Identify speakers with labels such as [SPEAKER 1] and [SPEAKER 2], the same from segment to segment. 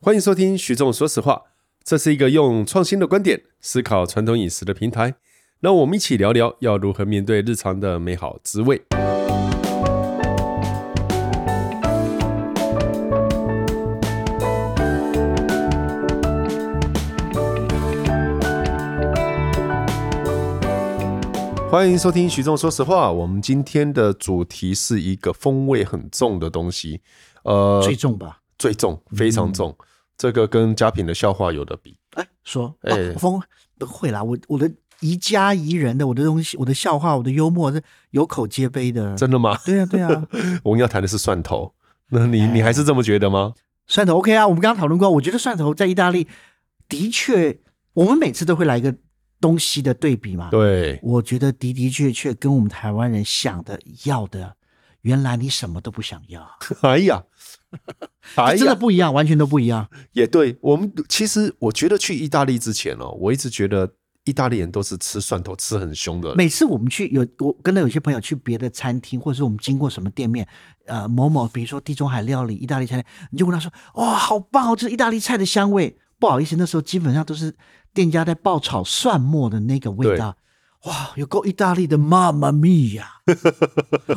[SPEAKER 1] 欢迎收听徐总说实话，这是一个用创新的观点思考传统饮食的平台。让我们一起聊聊要如何面对日常的美好滋味。欢迎收听徐总说实话，我们今天的主题是一个风味很重的东西，呃，
[SPEAKER 2] 最重吧？
[SPEAKER 1] 最重，非
[SPEAKER 2] 嗯
[SPEAKER 1] 常重。这个跟佳品的笑话有的比。
[SPEAKER 2] 哎，说，
[SPEAKER 1] 哎
[SPEAKER 2] 哦风不会啦，我我的宜家宜人的，我的东西，我的笑话，我的幽默是有口皆碑的。
[SPEAKER 1] 真的吗？
[SPEAKER 2] 对呀、啊，对呀、啊，
[SPEAKER 1] 我们要谈的是蒜头，那
[SPEAKER 2] 哎
[SPEAKER 1] 你你还是这么觉得吗？
[SPEAKER 2] 蒜头 OK 啊，我们刚刚讨论过，我觉得蒜头在意大利的确，我们每次都会来一个东西的对比嘛。
[SPEAKER 1] 对，
[SPEAKER 2] 我觉得的的确确跟我们台湾人想的要的，原来你什么都不想要，
[SPEAKER 1] 哎呀，哎
[SPEAKER 2] 这真
[SPEAKER 1] 呀，
[SPEAKER 2] 的不一样，完全都不一样。
[SPEAKER 1] 也对。我们其实我觉得去意大利之前哦，我一直觉得意大利人都是吃蒜头吃很凶的。
[SPEAKER 2] 每次我们去有我跟着有些朋友去别的餐厅，或者是我们经过什么店面，呃，某某比如说地中海料理、意大利餐厅，你就问他说：“哇、好棒哦，这是意大利菜的香味。”不好意思，那时候基本上都是店家在爆炒蒜末的那个味道。哇，有够意大利的妈妈咪呀，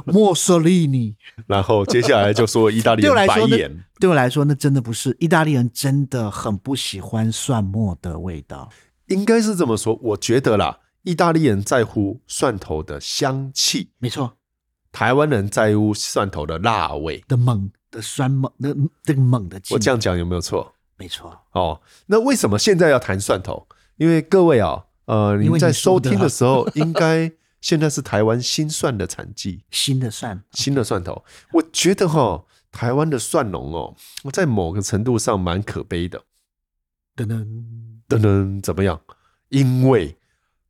[SPEAKER 2] 墨索利尼。
[SPEAKER 1] 然后接下来就说意大利
[SPEAKER 2] 对我
[SPEAKER 1] 人
[SPEAKER 2] 来
[SPEAKER 1] 白
[SPEAKER 2] 说呢
[SPEAKER 1] 眼。，
[SPEAKER 2] 对我来说那真的不是意大利人，真的很不喜欢蒜末的味道。
[SPEAKER 1] 应该是这么说，我觉得啦，意大利人在乎蒜头的香气，
[SPEAKER 2] 没错，
[SPEAKER 1] 台湾人在乎蒜头的辣味。
[SPEAKER 2] 的猛的酸猛的嗯这个猛的劲
[SPEAKER 1] 我这样讲有没有错？
[SPEAKER 2] 没错。
[SPEAKER 1] 哦，那为什么现在要谈蒜头？因为各位啊、呃，你
[SPEAKER 2] 因
[SPEAKER 1] 们
[SPEAKER 2] 为你
[SPEAKER 1] 在收
[SPEAKER 2] 说的啊
[SPEAKER 1] 听的时候，应该现在是台湾新蒜的产季，
[SPEAKER 2] 新的蒜，
[SPEAKER 1] 新的蒜头。我觉得哈、台湾的蒜农哦，在某个程度上蛮可悲的。
[SPEAKER 2] 噔噔，
[SPEAKER 1] 噔噔，怎么样？因为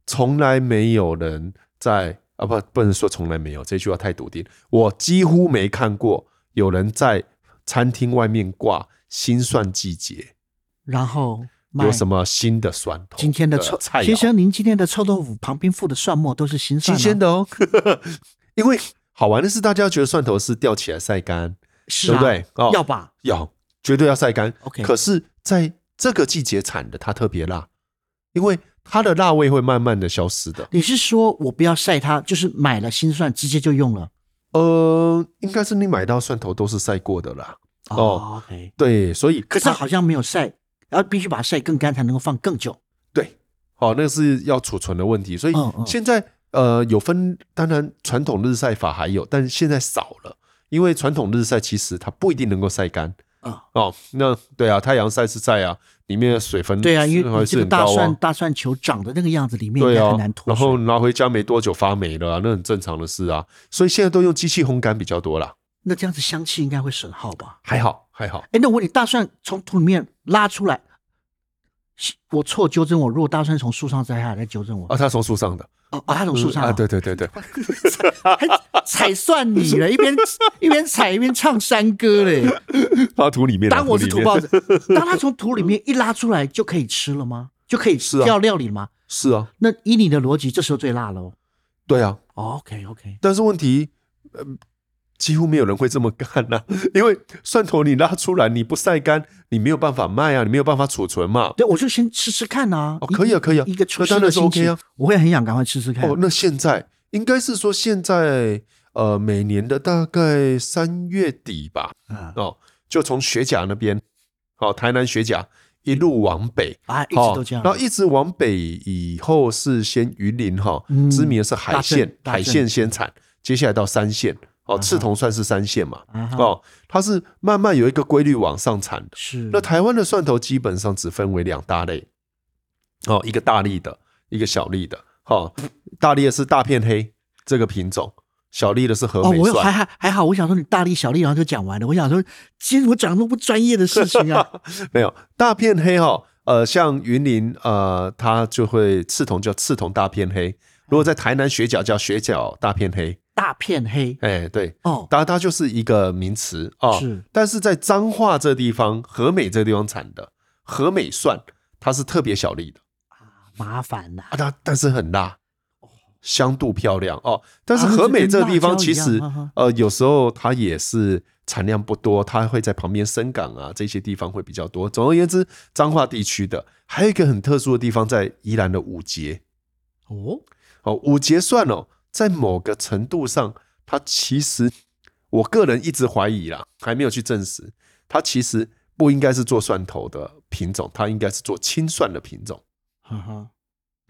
[SPEAKER 1] 从来没有人在啊，不，不能说从来没有，这句话太笃定。我几乎没看过有人在餐厅外面挂新蒜季节
[SPEAKER 2] 然后卖
[SPEAKER 1] 有什么新的蒜头。
[SPEAKER 2] 今天的
[SPEAKER 1] 呃
[SPEAKER 2] 臭
[SPEAKER 1] 菜肴
[SPEAKER 2] 先生，您今天的臭豆腐旁边附的蒜末都是新蒜、
[SPEAKER 1] 新
[SPEAKER 2] 啊，
[SPEAKER 1] 鲜的哦。 因为好玩的是，大家觉得蒜头是吊起来晒干，
[SPEAKER 2] 是、
[SPEAKER 1] 对
[SPEAKER 2] 啊，
[SPEAKER 1] 不对？哦，
[SPEAKER 2] 要吧
[SPEAKER 1] 要绝对要晒干。
[SPEAKER 2] ？OK，
[SPEAKER 1] 可是在这个季节产的，它特别辣，因为它的辣味会慢慢的消失的。
[SPEAKER 2] 你是说我不要晒它，就是买了新蒜直接就用了？
[SPEAKER 1] 呃，应该是你买到蒜头都是晒过的啦。哦
[SPEAKER 2] o k
[SPEAKER 1] 对，所以
[SPEAKER 2] 可是
[SPEAKER 1] 它
[SPEAKER 2] 好像没有晒，然后必须把它晒更干才能够放更久。
[SPEAKER 1] 对，好、那是要储存的问题。所以
[SPEAKER 2] 嗯嗯
[SPEAKER 1] 现在、呃有分，当然传统日晒法还有，但是现在少了，因为传统日晒其实它不一定能够晒干。
[SPEAKER 2] 啊、
[SPEAKER 1] 哦，那对啊，太阳晒是晒啊，里面的水分
[SPEAKER 2] 对啊，因
[SPEAKER 1] 是
[SPEAKER 2] 为你
[SPEAKER 1] 还是
[SPEAKER 2] 这个
[SPEAKER 1] 很
[SPEAKER 2] 大
[SPEAKER 1] 高
[SPEAKER 2] 蒜、
[SPEAKER 1] 啊，
[SPEAKER 2] 大蒜球长的那个样子，里面应
[SPEAKER 1] 对
[SPEAKER 2] 该
[SPEAKER 1] 啊
[SPEAKER 2] 很难，脱
[SPEAKER 1] 然
[SPEAKER 2] 水。
[SPEAKER 1] 后拿回家没多久发霉了啊、那很正常的事啊。所以现在都用机器烘干比较多啦，
[SPEAKER 2] 那这样子香气应该会损耗吧？
[SPEAKER 1] 还好还好。
[SPEAKER 2] 哎，那我问你，大蒜从土里面拉出来，我错，纠正我。如果大蒜从树上摘下来，再纠正我。
[SPEAKER 1] 啊，它从树上的，
[SPEAKER 2] 哦哦，它从树上
[SPEAKER 1] 啊，
[SPEAKER 2] 啊
[SPEAKER 1] 对对对 对，
[SPEAKER 2] 还踩蒜你了，一边 一边踩一边唱山歌嘞。
[SPEAKER 1] 它土里面啊，
[SPEAKER 2] 当我是
[SPEAKER 1] 里
[SPEAKER 2] 土
[SPEAKER 1] 面
[SPEAKER 2] 包子， 当它从土里面一拉出来就可以吃了吗？就可以
[SPEAKER 1] 是啊
[SPEAKER 2] 掉料理了吗？
[SPEAKER 1] 是啊，
[SPEAKER 2] 那依你的逻辑，这时候最辣哦喽。
[SPEAKER 1] 对啊，
[SPEAKER 2] OK OK，
[SPEAKER 1] 但是问题，呃，几乎没有人会这么干呐、 因为蒜头你拉出来你不晒干，你没有办法卖啊，你没有办法储存嘛。
[SPEAKER 2] 对，我就先吃吃看啊。
[SPEAKER 1] 哦
[SPEAKER 2] 一
[SPEAKER 1] 可以啊可以啊
[SPEAKER 2] 一个
[SPEAKER 1] 那
[SPEAKER 2] 厨师
[SPEAKER 1] 当然
[SPEAKER 2] 的
[SPEAKER 1] 是
[SPEAKER 2] 心情
[SPEAKER 1] OK 啊，
[SPEAKER 2] 我会很想赶快吃吃看。
[SPEAKER 1] 哦，那现在应该是说现在呃每年的大概三月底吧，
[SPEAKER 2] 啊
[SPEAKER 1] 哦，就从学甲那边，哦，台南学甲一路往北，
[SPEAKER 2] 啊，一直
[SPEAKER 1] 哦，
[SPEAKER 2] 都这样。
[SPEAKER 1] 然后一直往北以后是先云林哈、
[SPEAKER 2] 嗯
[SPEAKER 1] 知名的是海线，
[SPEAKER 2] 大正大正啊
[SPEAKER 1] 海线先产，接下来到三线，哦，
[SPEAKER 2] 哈
[SPEAKER 1] 赤铜算是三线嘛，
[SPEAKER 2] 啊哈
[SPEAKER 1] 哦，它是慢慢有一个规律往上产的。
[SPEAKER 2] 是
[SPEAKER 1] 那台湾的蒜头基本上只分为两大类，哦，一个大粒的，一个小粒的。哦，大粒的是大片黑这个品种，小粒的是和
[SPEAKER 2] 哦，
[SPEAKER 1] 美
[SPEAKER 2] 我有还
[SPEAKER 1] 蒜。
[SPEAKER 2] 还还好，我想说你大力小力，然后就讲完了。我想说，今天我讲那么不专业的事情啊，
[SPEAKER 1] 没有大片黑哦，呃，像云林呃，它就会刺桐叫刺桐大片黑，如果在台南雪角叫雪角大片黑，
[SPEAKER 2] 大片黑
[SPEAKER 1] 哎，对，
[SPEAKER 2] 哦，
[SPEAKER 1] 它它就是一个名词哦。
[SPEAKER 2] 是
[SPEAKER 1] 但是在彰化这地方，和美这地方产的和美蒜，它是特别小粒的。
[SPEAKER 2] 麻烦呐、
[SPEAKER 1] 啊，它但是很辣，
[SPEAKER 2] 啊
[SPEAKER 1] 相度漂亮哦。但是和美这个地方其实
[SPEAKER 2] 啊那就跟辣椒一样哈哈
[SPEAKER 1] 呃，有时候它也是产量不多，它会在旁边深港啊这些地方会比较多。总而言之，彰化地区的还有一个很特殊的地方，在宜兰的五节
[SPEAKER 2] 哦，
[SPEAKER 1] 哦，五节蒜哦，在某个程度上，它其实我个人一直怀疑啦，还没有去证实，它其实不应该是做蒜头的品种，它应该是做青蒜的品种。
[SPEAKER 2] 哈哈，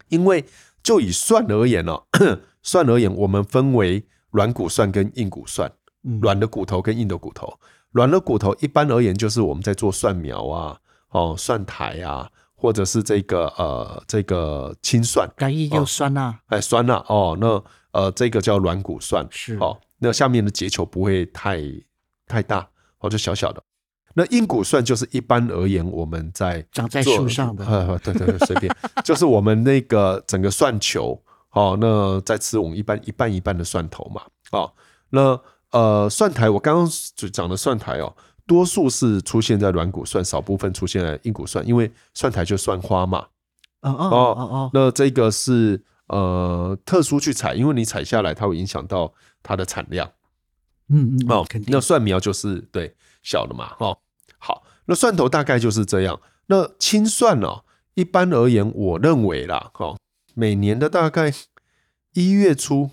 [SPEAKER 1] 因为就以蒜而言哦， 蒜而言，我们分为软骨蒜跟硬骨蒜，
[SPEAKER 2] 嗯
[SPEAKER 1] 软的骨头跟硬的骨头。软的骨头一般而言就是我们在做蒜苗啊，哦，蒜苔啊，或者是这个呃这个青蒜，
[SPEAKER 2] 干邑又
[SPEAKER 1] 哦
[SPEAKER 2] 酸呐，
[SPEAKER 1] 哎，酸辣、哦，那呃这个叫软骨蒜，
[SPEAKER 2] 是
[SPEAKER 1] 哦，那下面的结球不会太太大，哦，就小小的。那硬骨蒜就是一般而言我们在
[SPEAKER 2] 长在
[SPEAKER 1] 做
[SPEAKER 2] 树上的
[SPEAKER 1] 呃，对对对，随便，就是我们那个整个蒜球，哦，那在吃我们一般一半一半的蒜头嘛，哦，那呃蒜苔我刚刚就讲的蒜苔哦，多数是出现在软骨蒜，少部分出现在硬骨蒜，因为蒜苔就蒜花嘛，
[SPEAKER 2] 哦哦哦哦，
[SPEAKER 1] 那这个是呃特殊去采，因为你采下来它会影响到它的产量
[SPEAKER 2] 嗯嗯，
[SPEAKER 1] 哦
[SPEAKER 2] 肯。定
[SPEAKER 1] 那蒜苗就是对小的嘛，哦，好，那蒜头大概就是这样。那青蒜哦，一般而言，我认为啦，哦，每年的大概一月初，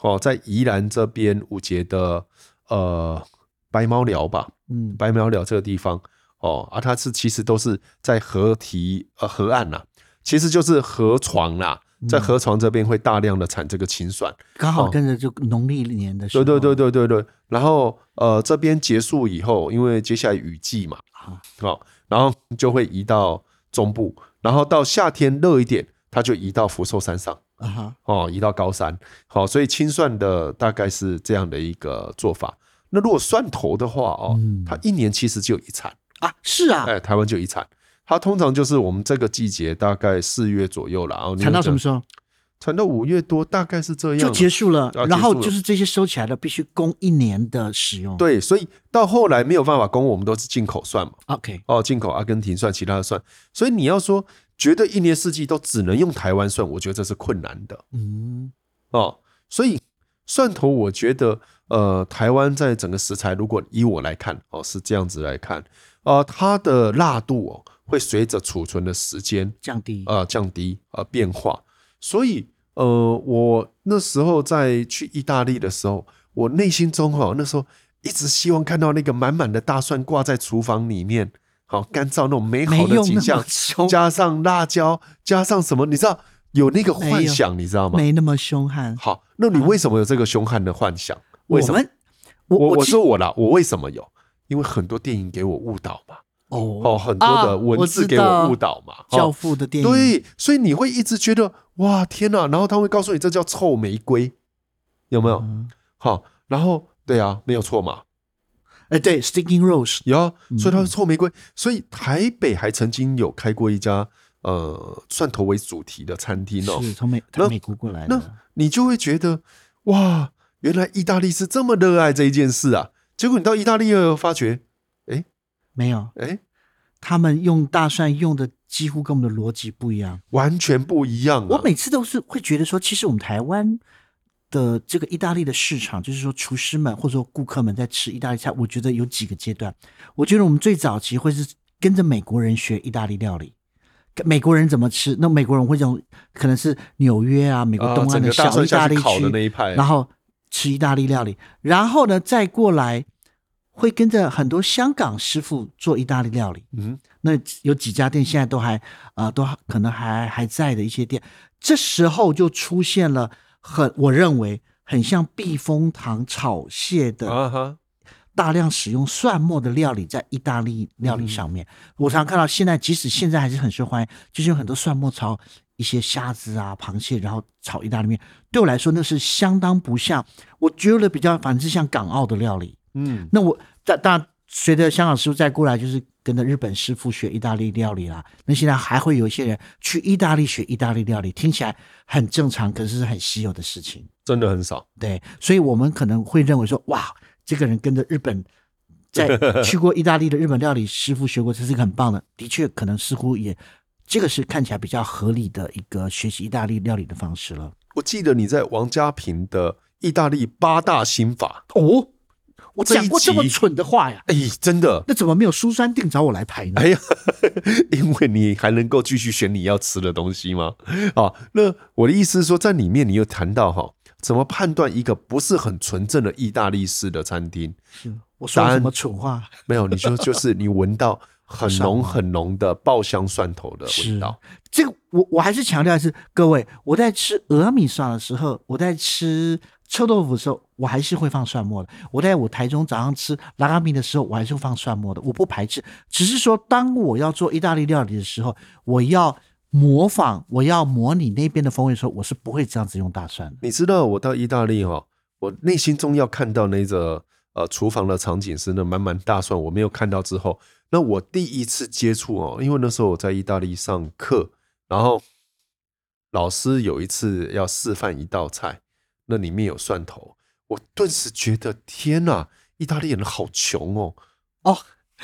[SPEAKER 1] 哦，在宜兰这边五节的呃白猫寮吧，
[SPEAKER 2] 嗯
[SPEAKER 1] 白苗寮这个地方哦，啊，它是其实都是在河堤呃河岸呐、其实就是河床啦、在河床这边会大量的产这个青蒜，
[SPEAKER 2] 刚好
[SPEAKER 1] 哦
[SPEAKER 2] 跟着就农历年的时候，
[SPEAKER 1] 对对对对对对。然后呃，这边结束以后，因为接下来雨季嘛，
[SPEAKER 2] 啊
[SPEAKER 1] 哦，然后就会移到中部，然后到夏天热一点，它就移到福寿山上。
[SPEAKER 2] 啊哈，
[SPEAKER 1] 哦，移到高山，好、所以清算的大概是这样的一个做法。那如果蒜头的话，哦，
[SPEAKER 2] 嗯
[SPEAKER 1] 它一年其实就有一产，
[SPEAKER 2] 啊是啊，
[SPEAKER 1] 哎，台湾就一产。它通常就是我们这个季节大概四月左右啦，然哦后
[SPEAKER 2] 产到什么
[SPEAKER 1] 时
[SPEAKER 2] 时候
[SPEAKER 1] 产到五月多，大概是这样。
[SPEAKER 2] 就结束了
[SPEAKER 1] 啊，
[SPEAKER 2] 然后
[SPEAKER 1] 结束了
[SPEAKER 2] 就是这些收起来的必须供一年的使用。
[SPEAKER 1] 对，所以到后来没有办法供，我们都是进口蒜嘛，
[SPEAKER 2] 啊，OK，
[SPEAKER 1] 哦，进口阿根廷蒜、其他的蒜。所以你要说觉得一年四季都只能用台湾蒜，我觉得这是困难的
[SPEAKER 2] 嗯，
[SPEAKER 1] 哦。所以蒜头，我觉得呃，台湾在整个食材，如果以我来看哦，是这样子来看，呃，它的辣度哦会随着储存的时间
[SPEAKER 2] 降低。
[SPEAKER 1] 呃降低呃变化。所以呃，我那时候在去意大利的时候，我内心中哈、那时候一直希望看到那个满满的大蒜挂在厨房里面，好、干燥那种美
[SPEAKER 2] 没
[SPEAKER 1] 好的
[SPEAKER 2] 用
[SPEAKER 1] 景
[SPEAKER 2] 那么
[SPEAKER 1] 象，
[SPEAKER 2] 凶，
[SPEAKER 1] 加上辣椒，加上什么，你知道有那个幻想，你知道吗？
[SPEAKER 2] 没那么凶悍。
[SPEAKER 1] 好，那你为什么有这个凶悍的幻想？为
[SPEAKER 2] 我
[SPEAKER 1] 什么？
[SPEAKER 2] 们，我
[SPEAKER 1] 我
[SPEAKER 2] 我
[SPEAKER 1] 我
[SPEAKER 2] 其
[SPEAKER 1] 说我啦，我为什么有？因为很多电影给我误导嘛，
[SPEAKER 2] 哦，
[SPEAKER 1] 哦，很多
[SPEAKER 2] 啊
[SPEAKER 1] 的文
[SPEAKER 2] 我
[SPEAKER 1] 字
[SPEAKER 2] 知
[SPEAKER 1] 给我
[SPEAKER 2] 道
[SPEAKER 1] 误导嘛，哦
[SPEAKER 2] 教父的电影，
[SPEAKER 1] 对，所以你会一直觉得哇天哪，然后他会告诉你这叫臭玫瑰，有没有？
[SPEAKER 2] 嗯，
[SPEAKER 1] 好、然后对啊，没有错嘛，
[SPEAKER 2] 哎，对，Sticking Rose，
[SPEAKER 1] 有啊，
[SPEAKER 2] 嗯
[SPEAKER 1] 所以它是臭玫瑰。所以台北还曾经有开过一家呃蒜头为主题的餐厅哦，
[SPEAKER 2] 是从美
[SPEAKER 1] 那
[SPEAKER 2] 从美国过来的
[SPEAKER 1] 那，你就会觉得哇，原来意大利是这么热爱这一件事啊。结果你到意大利后发觉，
[SPEAKER 2] 没有，
[SPEAKER 1] 哎，
[SPEAKER 2] 他们用大蒜用的几乎跟我们的逻辑不一样。
[SPEAKER 1] 完全不一样、啊。
[SPEAKER 2] 我每次都是会觉得说，其实我们台湾的这个意大利的市场，就是说厨师们或者说顾客们在吃意大利菜，我觉得有几个阶段。我觉得我们最早期会是跟着美国人学意大利料理。跟美国人怎么吃？那美国人会用，可能是纽约啊，美国
[SPEAKER 1] 啊
[SPEAKER 2] 东岸
[SPEAKER 1] 整
[SPEAKER 2] 的
[SPEAKER 1] 个大
[SPEAKER 2] 小
[SPEAKER 1] 蒜
[SPEAKER 2] 意大
[SPEAKER 1] 下去
[SPEAKER 2] 利
[SPEAKER 1] 烤
[SPEAKER 2] 区，
[SPEAKER 1] 的那一派，啊
[SPEAKER 2] 然后吃意大利料理，然后呢再过来会跟着很多香港师傅做意大利料理。
[SPEAKER 1] 嗯，
[SPEAKER 2] 那有几家店现在都还啊、呃都还可能还还在的一些店，这时候就出现了很我认为很像避风塘炒蟹的
[SPEAKER 1] 啊哈，
[SPEAKER 2] 大量使用蒜末的料理在意大利料理上面。我常看到现在，即使现在还是很受欢迎，就是有很多蒜末炒一些虾子啊、螃蟹，然后炒意大利面。对我来说，那是相当不像，我觉得比较反之像港澳的料理。
[SPEAKER 1] 嗯，
[SPEAKER 2] 那我大大随着香港师傅再过来，就是跟着日本师傅学意大利料理啦。那现在还会有一些人去意大利学意大利料理，听起来很正常，可是是很稀有的事情。
[SPEAKER 1] 真的很少。
[SPEAKER 2] 对，所以我们可能会认为说，哇，这个人跟着日本。 在去过意大利的日本料理师傅学过，这是一个很棒的，的确可能似乎也，这个是看起来比较合理的一个学习意大利料理的方式了。
[SPEAKER 1] 我记得你在王家平的《意大利八大心法
[SPEAKER 2] 哦，我讲过这么蠢的话呀，
[SPEAKER 1] 哎，真的，
[SPEAKER 2] 那怎么没有苏珊定找我来排呢？
[SPEAKER 1] 哎呀，因为你还能够继续选你要吃的东西吗？啊，那我的意思是说，在里面你又谈到哈，怎么判断一个不是很纯正的意大利式的餐厅？
[SPEAKER 2] 是我说了什么蠢话？
[SPEAKER 1] 没有，你就就是你闻到很浓很浓的爆香蒜头的味道。
[SPEAKER 2] 这个我我还是强调的是，各位，我在吃俄米蒜的时候，我在吃臭豆腐的时候，我还是会放蒜末的。我在我台中早上吃拉拉米的时候，我还是会放蒜末的，我不排斥。只是说，当我要做意大利料理的时候，我要模仿，我要模拟那边的风味的时候，我是不会这样子用大蒜的。
[SPEAKER 1] 你知道我到意大利哈，我内心中要看到那个呃厨房的场景是那满满大蒜，我没有看到之后，那我第一次接触哦，因为那时候我在意大利上课，然后老师有一次要示范一道菜，那里面有蒜头，我顿时觉得天哪，意大利人好穷哦，
[SPEAKER 2] 哦，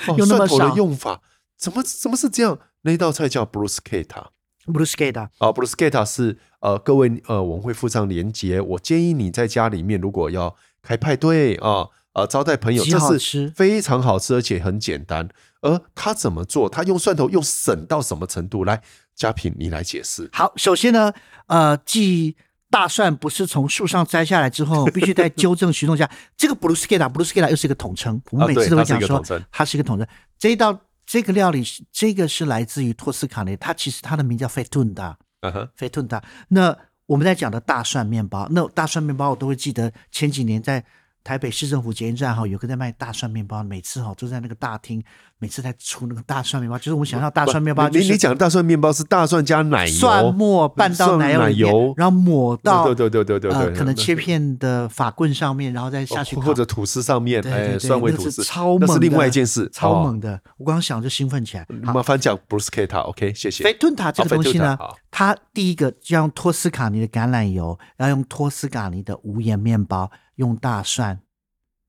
[SPEAKER 1] 哦
[SPEAKER 2] 用那么
[SPEAKER 1] 蒜头的
[SPEAKER 2] 少
[SPEAKER 1] 用法怎么怎么是这样？那道菜叫 bruschetta。
[SPEAKER 2] b l u s k a t a
[SPEAKER 1] 啊、b r u s c h e t t a 是呃，各位呃，我们会附上连结。我建议你在家里面如果要开派对啊呃招待朋友，
[SPEAKER 2] 极
[SPEAKER 1] 这
[SPEAKER 2] 好
[SPEAKER 1] 是
[SPEAKER 2] 吃
[SPEAKER 1] 非常好吃而且很简单。而他怎么做？他用蒜头用省到什么程度？来，嘉平，你来解释。
[SPEAKER 2] 好，首先呢，呃，继大蒜不是从树上摘下来 之后，必须再纠正徐仲下，这个 bruschetta，bruschetta 又是一个统称，我们每
[SPEAKER 1] 啊对
[SPEAKER 2] 次都
[SPEAKER 1] 它
[SPEAKER 2] 会
[SPEAKER 1] 是
[SPEAKER 2] 讲
[SPEAKER 1] 一个
[SPEAKER 2] 说、
[SPEAKER 1] 统称
[SPEAKER 2] 它是一个统称。这一道这个料理是，这个是来自于托斯卡尼，它其实它的名叫 fetunda。
[SPEAKER 1] 嗯哼，
[SPEAKER 2] 菲顿达。那我们在讲的大蒜面包，那大蒜面包我都会记得前几年在台北市政府捷运站哈，有个在卖大蒜面包，每次哈就在那个大厅，每次在出那个大蒜面包，就是我们想象大蒜面包
[SPEAKER 1] 你
[SPEAKER 2] 就
[SPEAKER 1] 你你
[SPEAKER 2] 是
[SPEAKER 1] 讲大蒜面包是大蒜加奶油，
[SPEAKER 2] 蒜末拌到
[SPEAKER 1] 蒜
[SPEAKER 2] 奶油
[SPEAKER 1] 奶
[SPEAKER 2] 里面
[SPEAKER 1] 油，嗯
[SPEAKER 2] 然后抹到
[SPEAKER 1] 对对对对对对
[SPEAKER 2] 呃
[SPEAKER 1] 对
[SPEAKER 2] 可能
[SPEAKER 1] 对
[SPEAKER 2] 切片的法棍上面，然后再下去
[SPEAKER 1] 或
[SPEAKER 2] 烤
[SPEAKER 1] 或者吐司上面，
[SPEAKER 2] 对
[SPEAKER 1] 哎，
[SPEAKER 2] 对对，
[SPEAKER 1] 蒜味
[SPEAKER 2] 那
[SPEAKER 1] 吐
[SPEAKER 2] 个是
[SPEAKER 1] 司，
[SPEAKER 2] 超猛
[SPEAKER 1] 那
[SPEAKER 2] 的，
[SPEAKER 1] 是另外一件事，
[SPEAKER 2] 超
[SPEAKER 1] 哦。
[SPEAKER 2] 猛的，我光想就兴奋起来。好。
[SPEAKER 1] 麻烦讲 bruschetta，OK，、谢谢。
[SPEAKER 2] 菲顿塔这个东西
[SPEAKER 1] 哦
[SPEAKER 2] 呢
[SPEAKER 1] 菲顿塔好，
[SPEAKER 2] 它第一个就要用托斯卡尼的橄榄油，然后用托斯卡尼的无盐面包，用大蒜，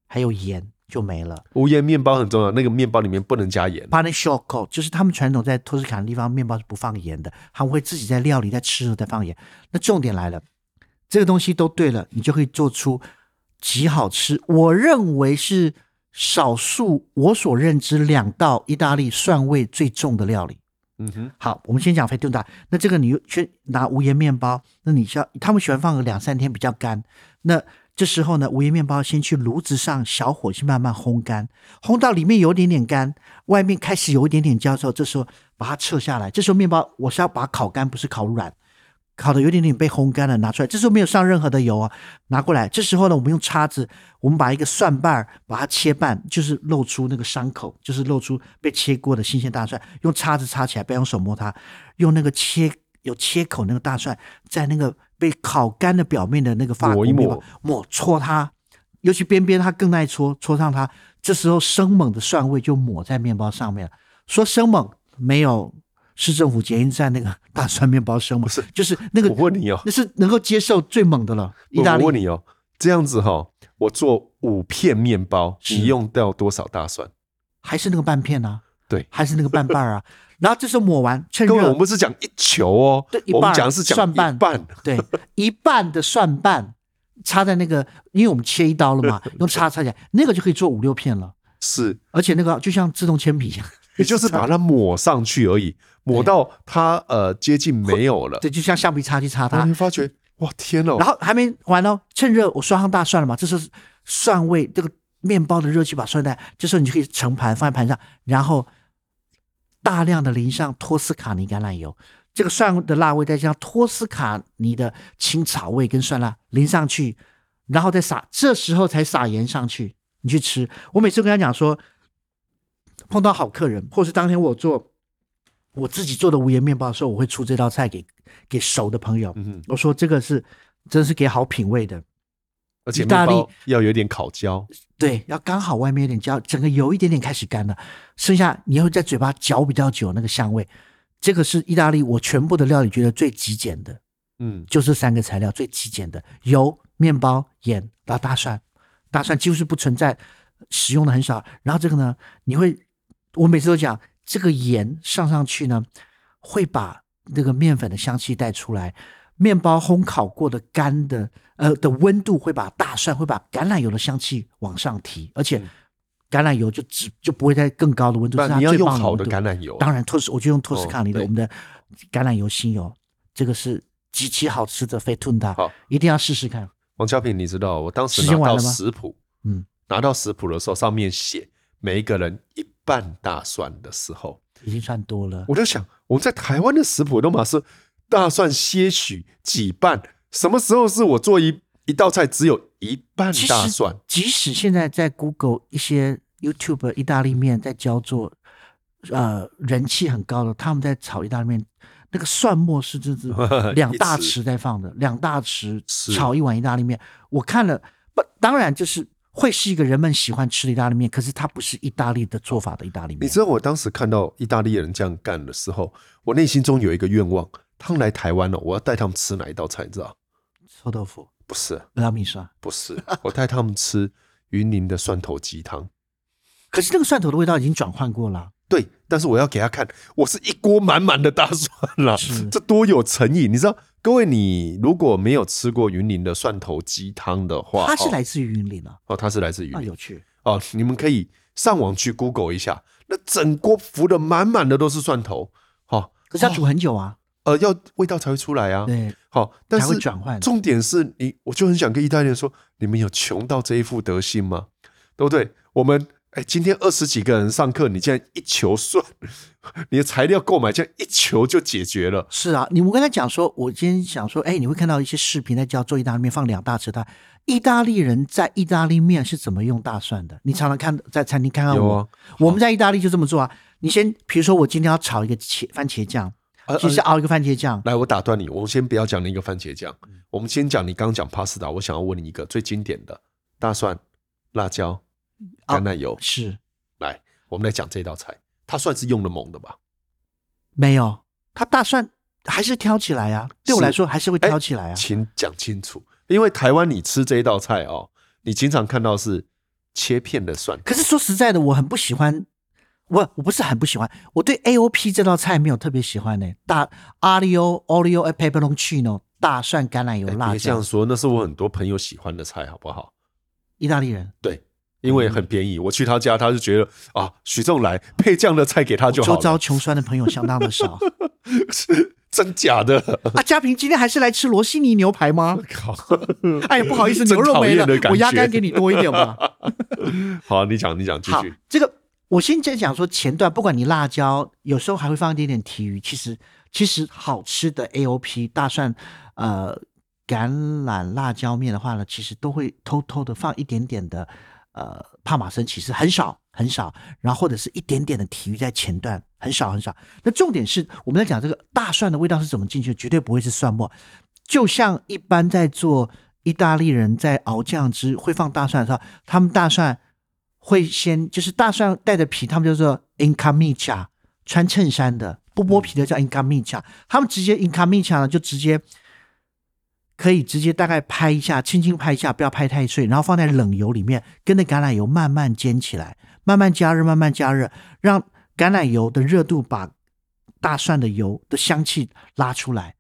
[SPEAKER 2] 还有盐就没了。
[SPEAKER 1] 无盐面包很重要，那个面包里面不能加盐。
[SPEAKER 2] p a n i s h o c o 就是他们传统在托斯卡尼地方面包是不放盐的，他们会自己在料理在吃的时候再放盐。那重点来了，这个东西都对了，你就可以做出极好吃。我认为是少数我所认知两道意大利蒜味最重的料理。
[SPEAKER 1] 嗯哼，
[SPEAKER 2] 好，我们先讲肥顿大。那这个你去拿无盐面包，那你需要他们喜欢放个两三天比较干。那这时候呢，无盐面包先去炉子上小火去慢慢烘干，烘到里面有一点点干，外面开始有一点点焦之后，这时候把它撤下来。这时候面包我是要把它烤干，不是烤软。烤的有一点点被烘干了，拿出来。这时候没有上任何的油啊，拿过来。这时候呢，我们用叉子，我们把一个蒜瓣儿把它切半，就是露出那个伤口，就是露出被切过的新鲜大蒜。用叉子叉起来，不要用手摸它。用那个切有切口那个大蒜，在那个被烤干的表面的那个发
[SPEAKER 1] 抹一抹
[SPEAKER 2] 抹抹搓它，尤其边边它更耐搓，搓上它。这时候生猛的蒜味就抹在面包上面了。说生猛没有市政府捷运站那个大蒜面包生猛，
[SPEAKER 1] 是
[SPEAKER 2] 就是那个
[SPEAKER 1] 我问你哦，
[SPEAKER 2] 那是能够接受最猛的了。意
[SPEAKER 1] 我
[SPEAKER 2] 大利
[SPEAKER 1] 我问你哦，这样子哈、我做五片面包，
[SPEAKER 2] 是
[SPEAKER 1] 你用掉多少大蒜？
[SPEAKER 2] 还是那个半片啊，
[SPEAKER 1] 对
[SPEAKER 2] 还是那个半 瓣儿啊。然后这时候抹完，趁
[SPEAKER 1] 各位，我
[SPEAKER 2] 热
[SPEAKER 1] 们，不是讲一球哦
[SPEAKER 2] 对，一
[SPEAKER 1] 我们
[SPEAKER 2] 半
[SPEAKER 1] 讲是讲
[SPEAKER 2] 蒜
[SPEAKER 1] 一
[SPEAKER 2] 瓣
[SPEAKER 1] 半。
[SPEAKER 2] 对，一半的蒜瓣插在那个，因为我们切一刀了 嘛，用叉插起来，那个就可以做五六片了。
[SPEAKER 1] 是，
[SPEAKER 2] 而且那个就像自动铅笔一样，
[SPEAKER 1] 也就是把它抹上去而已，抹到它呃接近没有了。
[SPEAKER 2] 对，就像橡皮擦去擦它
[SPEAKER 1] 然后。你发觉，哇天哦！
[SPEAKER 2] 然后还没完哦，趁热我刷上大蒜了嘛，这时候蒜味这个面包的热气把蒜带，这时候你就可以盛盘放在盘上，然后大量的淋上托斯卡尼橄榄油，这个蒜的辣味再加上托斯卡尼的青草味跟蒜辣淋上去，然后再撒，这时候才撒盐上去，你去吃。我每次跟他讲说，碰到好客人，或是当天我做我自己做的无盐面包的时候，我会出这道菜给给熟的朋友。
[SPEAKER 1] 嗯哼，
[SPEAKER 2] 我说这个是真是给好品味的，
[SPEAKER 1] 而且
[SPEAKER 2] 意大
[SPEAKER 1] 面
[SPEAKER 2] 利
[SPEAKER 1] 包要有点烤焦，
[SPEAKER 2] 对，要刚好外面有点焦，整个油一点点开始干了，剩下你要在嘴巴嚼比较久那个香味。这个是意大利我全部的料理觉得最极简的，
[SPEAKER 1] 嗯，
[SPEAKER 2] 就这三个材料最极简的：油、面包、盐，然后大蒜。大蒜几乎是不存在，使用的很少。然后这个呢，你会，我每次都讲，这个盐上上去呢，会把那个面粉的香气带出来，面包烘烤过的干的，呃的温度会把大蒜会把橄榄油的香气往上提，而且橄榄油就只就不会在更高的温度，是
[SPEAKER 1] 那嗯
[SPEAKER 2] 它
[SPEAKER 1] 你要
[SPEAKER 2] 最
[SPEAKER 1] 用
[SPEAKER 2] 棒的
[SPEAKER 1] 好
[SPEAKER 2] 温
[SPEAKER 1] 的
[SPEAKER 2] 度
[SPEAKER 1] 橄榄油，
[SPEAKER 2] 当然，托斯我就用托斯
[SPEAKER 1] 哦
[SPEAKER 2] 卡尼的、
[SPEAKER 1] 对
[SPEAKER 2] 我们的橄榄油新油，这个是极其好吃的费吞达，
[SPEAKER 1] 好，
[SPEAKER 2] 一定要试试看。
[SPEAKER 1] 王小品，你知道，我当时
[SPEAKER 2] 时
[SPEAKER 1] 拿
[SPEAKER 2] 间完
[SPEAKER 1] 到
[SPEAKER 2] 了吗
[SPEAKER 1] 食谱，
[SPEAKER 2] 嗯，
[SPEAKER 1] 拿到食谱的时候，上面写每一个人一半大蒜的时候，
[SPEAKER 2] 已经算多了。
[SPEAKER 1] 我就想，我们在台湾的食谱都嘛是大蒜些许几瓣，什么时候是我做一一道菜只有一半
[SPEAKER 2] 其实
[SPEAKER 1] 大蒜？
[SPEAKER 2] 即使现在在 Google 一些 YouTube 意大利面在教做，呃，人气很高的，他们在炒意大利面，那个蒜末是 真是两大匙在放的，两大匙
[SPEAKER 1] 是
[SPEAKER 2] 炒一碗意大利面。我看了，不，当然就是会是一个人们喜欢吃的意大利面，可是它不是意大利的做法的意大利
[SPEAKER 1] 你
[SPEAKER 2] 面
[SPEAKER 1] 知。道我当时看到意大利人这样干的时候，我内心中有一个愿望：他们来台湾了、我要带他们吃哪一道菜？你知道？
[SPEAKER 2] 臭豆腐、
[SPEAKER 1] 不是，
[SPEAKER 2] 拉米刷，
[SPEAKER 1] 不 是，我带他们吃云林的蒜头鸡汤。
[SPEAKER 2] 可是那个蒜头的味道已经转换过了啊。
[SPEAKER 1] 对，但是我要给他看，我是一锅满满的大蒜啦
[SPEAKER 2] 是，
[SPEAKER 1] 这多有诚意！你知道，各位，你如果没有吃过云林的蒜头鸡汤的话，
[SPEAKER 2] 它是
[SPEAKER 1] 哦
[SPEAKER 2] 来自于云林啊，
[SPEAKER 1] 哦，它是来自云
[SPEAKER 2] 那
[SPEAKER 1] 林
[SPEAKER 2] 有趣。
[SPEAKER 1] 哦，你们可以上网去 Google 一下，那整锅浮的满满的都是蒜头，好、哦，
[SPEAKER 2] 可是它煮很久啊，
[SPEAKER 1] 呃，要味道才会出来啊。
[SPEAKER 2] 对，
[SPEAKER 1] 好，但
[SPEAKER 2] 才会
[SPEAKER 1] 是
[SPEAKER 2] 转换
[SPEAKER 1] 重点是你，我就很想跟意大利人说，你们有穷到这一副德性吗？对不对？我们哎，今天二十几个人上课，你竟然一球算，你的材料购买这样一球就解决了。
[SPEAKER 2] 是啊，你我刚才讲说，我今天想说，哎，你会看到一些视频在教做意大利面，放两大匙大。意大利人在意大利面是怎么用大蒜的？你常常看在餐厅看看
[SPEAKER 1] 有
[SPEAKER 2] 我，
[SPEAKER 1] 啊
[SPEAKER 2] 我们在意大利就这么做啊。你先，比如说我今天要炒一个茄番茄酱，
[SPEAKER 1] 呃
[SPEAKER 2] 其实
[SPEAKER 1] 呃
[SPEAKER 2] 熬一个番茄酱，
[SPEAKER 1] 来，我打断你，我们先不要讲那个番茄酱，
[SPEAKER 2] 嗯
[SPEAKER 1] 我们先讲你刚刚讲 pasta。我想要问你一个最经典的大蒜、辣椒、
[SPEAKER 2] 啊
[SPEAKER 1] 橄榄油。
[SPEAKER 2] 是
[SPEAKER 1] 来，我们来讲这道菜，它算是用的猛的吧？
[SPEAKER 2] 没有，它大蒜还是挑起来啊。对我
[SPEAKER 1] 是
[SPEAKER 2] 来说还是会
[SPEAKER 1] 哎
[SPEAKER 2] 挑起来啊。
[SPEAKER 1] 请讲清楚，因为台湾你吃这一道菜哦，你经常看到是切片的蒜，
[SPEAKER 2] 可是说实在的，我很不喜欢，我我不是很不喜欢，我对 A O P 这道菜没有特别喜欢呢、大阿里欧、奥利欧、e p e p e r o n c i n o 大蒜、橄榄油、
[SPEAKER 1] 哎
[SPEAKER 2] 辣
[SPEAKER 1] 别这样
[SPEAKER 2] 酱，
[SPEAKER 1] 说，那是我很多朋友喜欢的菜，好不好？
[SPEAKER 2] 意大利人
[SPEAKER 1] 对，因为很便宜，我去他家，他就觉得啊，许仲来配这样的菜给他就
[SPEAKER 2] 周
[SPEAKER 1] 好了，
[SPEAKER 2] 遭穷酸的朋友相当的少
[SPEAKER 1] 真假的？
[SPEAKER 2] 啊。嘉平今天还是来吃罗西尼牛排吗？
[SPEAKER 1] 靠！
[SPEAKER 2] 哎呀，不好意 思，
[SPEAKER 1] 真
[SPEAKER 2] 牛肉
[SPEAKER 1] 讨
[SPEAKER 2] 没
[SPEAKER 1] 厌的感觉
[SPEAKER 2] 了，我鸭肝给你多一点吧。
[SPEAKER 1] 好，你讲，你讲，继
[SPEAKER 2] 好
[SPEAKER 1] 续。，
[SPEAKER 2] 这个我先在讲说前段，不管你辣椒，有时候还会放一点点提鱼。其实其实好吃的 AOP 大蒜，呃，橄榄辣椒面的话呢，其实都会偷偷的放一点点的呃帕玛森，其实很少很少，然后或者是一点点的提鱼在前段，很少很少。那重点是我们在讲这个大蒜的味道是怎么进去的，绝对不会是蒜末，就像一般在做意大利人在熬酱汁会放大蒜的时候，他们大蒜会先就是大蒜带着皮，他们叫做 incamicia，穿衬衫的不剥皮的叫 incamicia，他们直接 incamicia 呢就直接可以直接大概拍一下，轻轻拍一下，不要拍太碎，然后放在冷油里面，跟着橄榄油慢慢煎起来，慢慢加热，慢慢加热，让橄榄油的热度把大蒜的油的香气拉出来。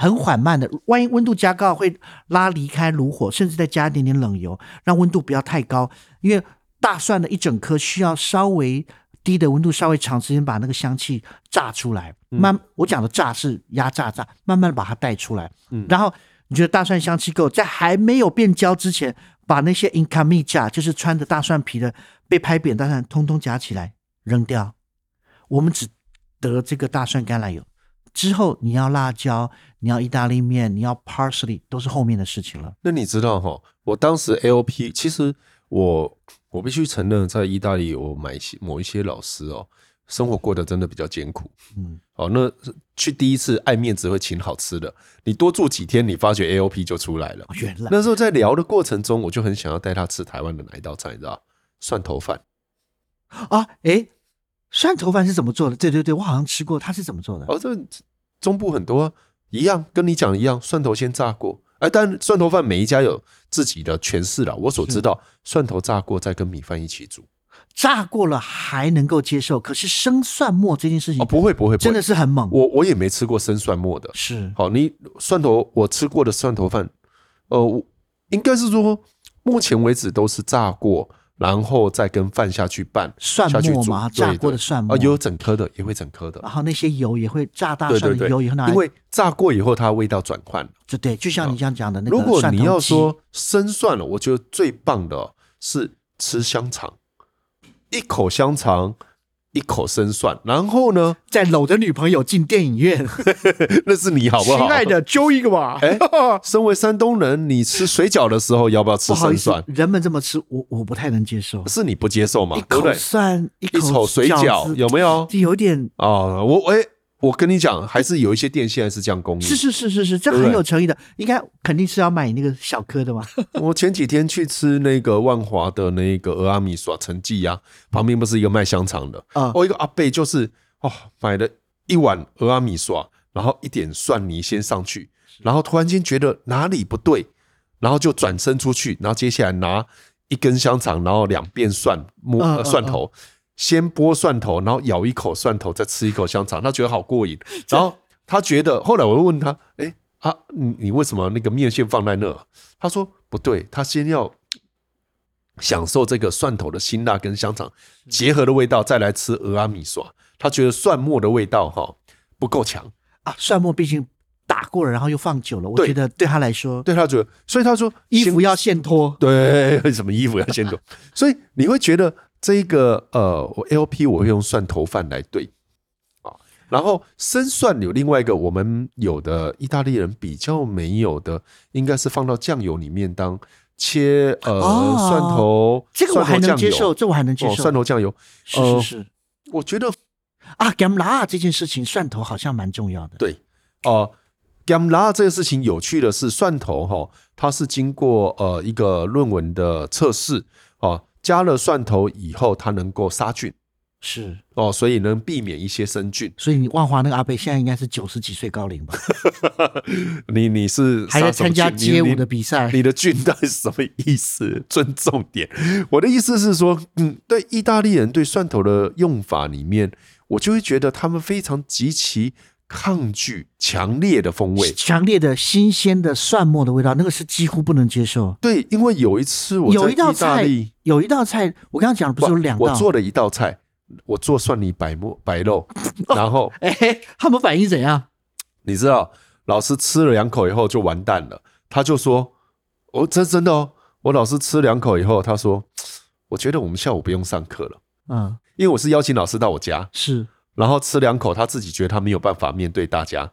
[SPEAKER 2] 很缓慢的，万一温度加高会拉离开炉火，甚至再加一点点冷油，让温度不要太高，因为大蒜的一整颗需要稍微低的温度，稍微长时间把那个香气炸出来。慢，我讲的炸是压榨炸，慢慢的把它带出来。
[SPEAKER 1] 嗯
[SPEAKER 2] 然后你觉得大蒜香气够，在还没有变焦之前，把那些 incamica 就是穿着大蒜皮的被拍扁大蒜，通通夹起来扔掉。我们只得这个大蒜橄榄油。之后你要辣椒，你要意大利面，你要 parsley，都是后面的事情了。
[SPEAKER 1] 那你知道哈，我当时 AOP，其实我我必须承认，在意大利我买一些某一些老师哦，生活过得真的比较艰苦。
[SPEAKER 2] 嗯，
[SPEAKER 1] 哦，那去第一次爱面子会请好吃的，你多住几天，你发觉 AOP 就出来了。
[SPEAKER 2] 哦原来
[SPEAKER 1] 那时候在聊的过程中，我就很想要带他吃台湾的哪一道菜，你知道？蒜头饭。
[SPEAKER 2] 啊，诶，蒜头饭是怎么做的？对对对，我好像吃过，它是怎么做的？
[SPEAKER 1] 哦，这中部很多、啊、一样，跟你讲一样，蒜头先炸过。哎，但蒜头饭每一家有自己的诠释啦。我所知道，蒜头炸过再跟米饭一起煮，
[SPEAKER 2] 炸过了还能够接受，可是生蒜末这件事情
[SPEAKER 1] 哦，不会不会，不会
[SPEAKER 2] 真的是很猛，
[SPEAKER 1] 我我也没吃过生蒜末的。
[SPEAKER 2] 是
[SPEAKER 1] 好，你蒜头我吃过的蒜头饭，呃，我应该是说目前为止都是炸过，然后再跟饭下去拌
[SPEAKER 2] 蒜
[SPEAKER 1] 下去
[SPEAKER 2] 末
[SPEAKER 1] 煮
[SPEAKER 2] 嘛，
[SPEAKER 1] 对
[SPEAKER 2] 炸过的
[SPEAKER 1] 对
[SPEAKER 2] 蒜
[SPEAKER 1] 啊、
[SPEAKER 2] 末，
[SPEAKER 1] 有整颗的也会整颗的
[SPEAKER 2] 然，后那些油也会炸大
[SPEAKER 1] 对对
[SPEAKER 2] 蒜的
[SPEAKER 1] 对
[SPEAKER 2] 油也会拿来，
[SPEAKER 1] 因为炸过以后它味道转换。
[SPEAKER 2] 就对，就像你这样讲的那
[SPEAKER 1] 如
[SPEAKER 2] 个
[SPEAKER 1] 果
[SPEAKER 2] 蒜
[SPEAKER 1] 你要
[SPEAKER 2] 头鸡，
[SPEAKER 1] 说生蒜了，我觉得最棒的哦是吃香肠，一口香肠，一口生蒜，然后呢，
[SPEAKER 2] 在搂着女朋友进电影院，
[SPEAKER 1] 那是你好不好？
[SPEAKER 2] 亲爱的，揪一个吧。
[SPEAKER 1] 哎身为山东人，你吃水饺的时候要不要吃
[SPEAKER 2] 不好
[SPEAKER 1] 生
[SPEAKER 2] 意思
[SPEAKER 1] 蒜，？
[SPEAKER 2] 人们这么吃，我我不太能接受。
[SPEAKER 1] 是你不接受嘛
[SPEAKER 2] 一？
[SPEAKER 1] 对不
[SPEAKER 2] 口
[SPEAKER 1] 对？
[SPEAKER 2] 蒜，一
[SPEAKER 1] 一口
[SPEAKER 2] 口
[SPEAKER 1] 水饺有没有？
[SPEAKER 2] 有点
[SPEAKER 1] 哦，我哎，我跟你讲，还是有一些店现在是这样供应。
[SPEAKER 2] 是是是是是，这
[SPEAKER 1] 对不对
[SPEAKER 2] 很有诚意的，应该肯定是要买那个小颗的嘛。
[SPEAKER 1] 我前几天去吃那个万华的那个俄阿米耍陈记呀，旁边不是一个卖香肠的，
[SPEAKER 2] 啊、
[SPEAKER 1] 哦，一个阿贝就是哦，买了一碗俄阿米耍，然后一点蒜泥先上去，然后突然间觉得哪里不对，然后就转身出去，然后接下来拿一根香肠，然后两片蒜摸、
[SPEAKER 2] 嗯
[SPEAKER 1] 呃
[SPEAKER 2] 嗯
[SPEAKER 1] 蒜头，先剥蒜头，然后咬一口蒜头，再吃一口香肠，他觉得好过瘾。然后他觉得，后来我问他，哎、啊，你你为什么那个面线放在那？他说不对，他先要享受这个蒜头的辛辣跟香肠结合的味道，再来吃俄阿米刷。他觉得蒜末的味道哈不够强，
[SPEAKER 2] 啊，蒜末毕竟打过了，然后又放久了，我
[SPEAKER 1] 对
[SPEAKER 2] 觉得对他来说，
[SPEAKER 1] 对他觉得，所以他说
[SPEAKER 2] 衣
[SPEAKER 1] 先
[SPEAKER 2] 服要现脱。
[SPEAKER 1] 对，什么衣服要先 脱？所以你会觉得这个呃，我 LP 我会用蒜头饭来对啊，然后生蒜有另外一个我们有的意大利人比较没有的，应该是放到酱油里面当切呃、
[SPEAKER 2] 哦
[SPEAKER 1] 蒜头，
[SPEAKER 2] 这个我还
[SPEAKER 1] 蒜
[SPEAKER 2] 能
[SPEAKER 1] 头酱
[SPEAKER 2] 接
[SPEAKER 1] 油
[SPEAKER 2] 受，这我还能接
[SPEAKER 1] 哦，
[SPEAKER 2] 受。
[SPEAKER 1] 蒜头酱油，
[SPEAKER 2] 是
[SPEAKER 1] 呃
[SPEAKER 2] 是是、
[SPEAKER 1] 我觉得
[SPEAKER 2] 啊，干拉这件事情，蒜头好像蛮重要的。
[SPEAKER 1] 对呃 g a m l a 这个事情有趣的是，蒜头哈、它是经过呃一个论文的测试哦，加了蒜头以后，它能够杀菌。
[SPEAKER 2] 是，
[SPEAKER 1] 哦，所以能避免一些生菌。
[SPEAKER 2] 所以你万华那个阿贝现在应该是九十几岁高龄吧，
[SPEAKER 1] 你你是
[SPEAKER 2] 还
[SPEAKER 1] 杀
[SPEAKER 2] 在
[SPEAKER 1] 什么
[SPEAKER 2] 参加
[SPEAKER 1] 菌
[SPEAKER 2] 街
[SPEAKER 1] 你
[SPEAKER 2] 舞
[SPEAKER 1] 你
[SPEAKER 2] 的比赛。
[SPEAKER 1] 你的菌到底是什么意思？ 尊重点。我的意思是说，嗯，对意大利人对蒜头的用法里面，我就会觉得他们非常极其抗拒强烈的风味。
[SPEAKER 2] 强烈的新鲜的蒜末的味道，那个是几乎不能接受。
[SPEAKER 1] 对，因为有一次我
[SPEAKER 2] 有
[SPEAKER 1] 在
[SPEAKER 2] 一道
[SPEAKER 1] 意大
[SPEAKER 2] 菜
[SPEAKER 1] 利，，
[SPEAKER 2] 有一道菜，我刚刚讲的不是有两
[SPEAKER 1] 我
[SPEAKER 2] 道？
[SPEAKER 1] 做了一道菜，我做蒜泥白沫白肉， 然后
[SPEAKER 2] 哎、他们反应怎样？
[SPEAKER 1] 你知道，老师吃了两口以后就完蛋了。他就说：“我、这真的哦，我老师吃两口以后，他说，我觉得我们下午不用上课了，
[SPEAKER 2] 嗯，
[SPEAKER 1] 因为我是邀请老师到我家，
[SPEAKER 2] 是
[SPEAKER 1] 然后吃两口，他自己觉得他没有办法面对大家，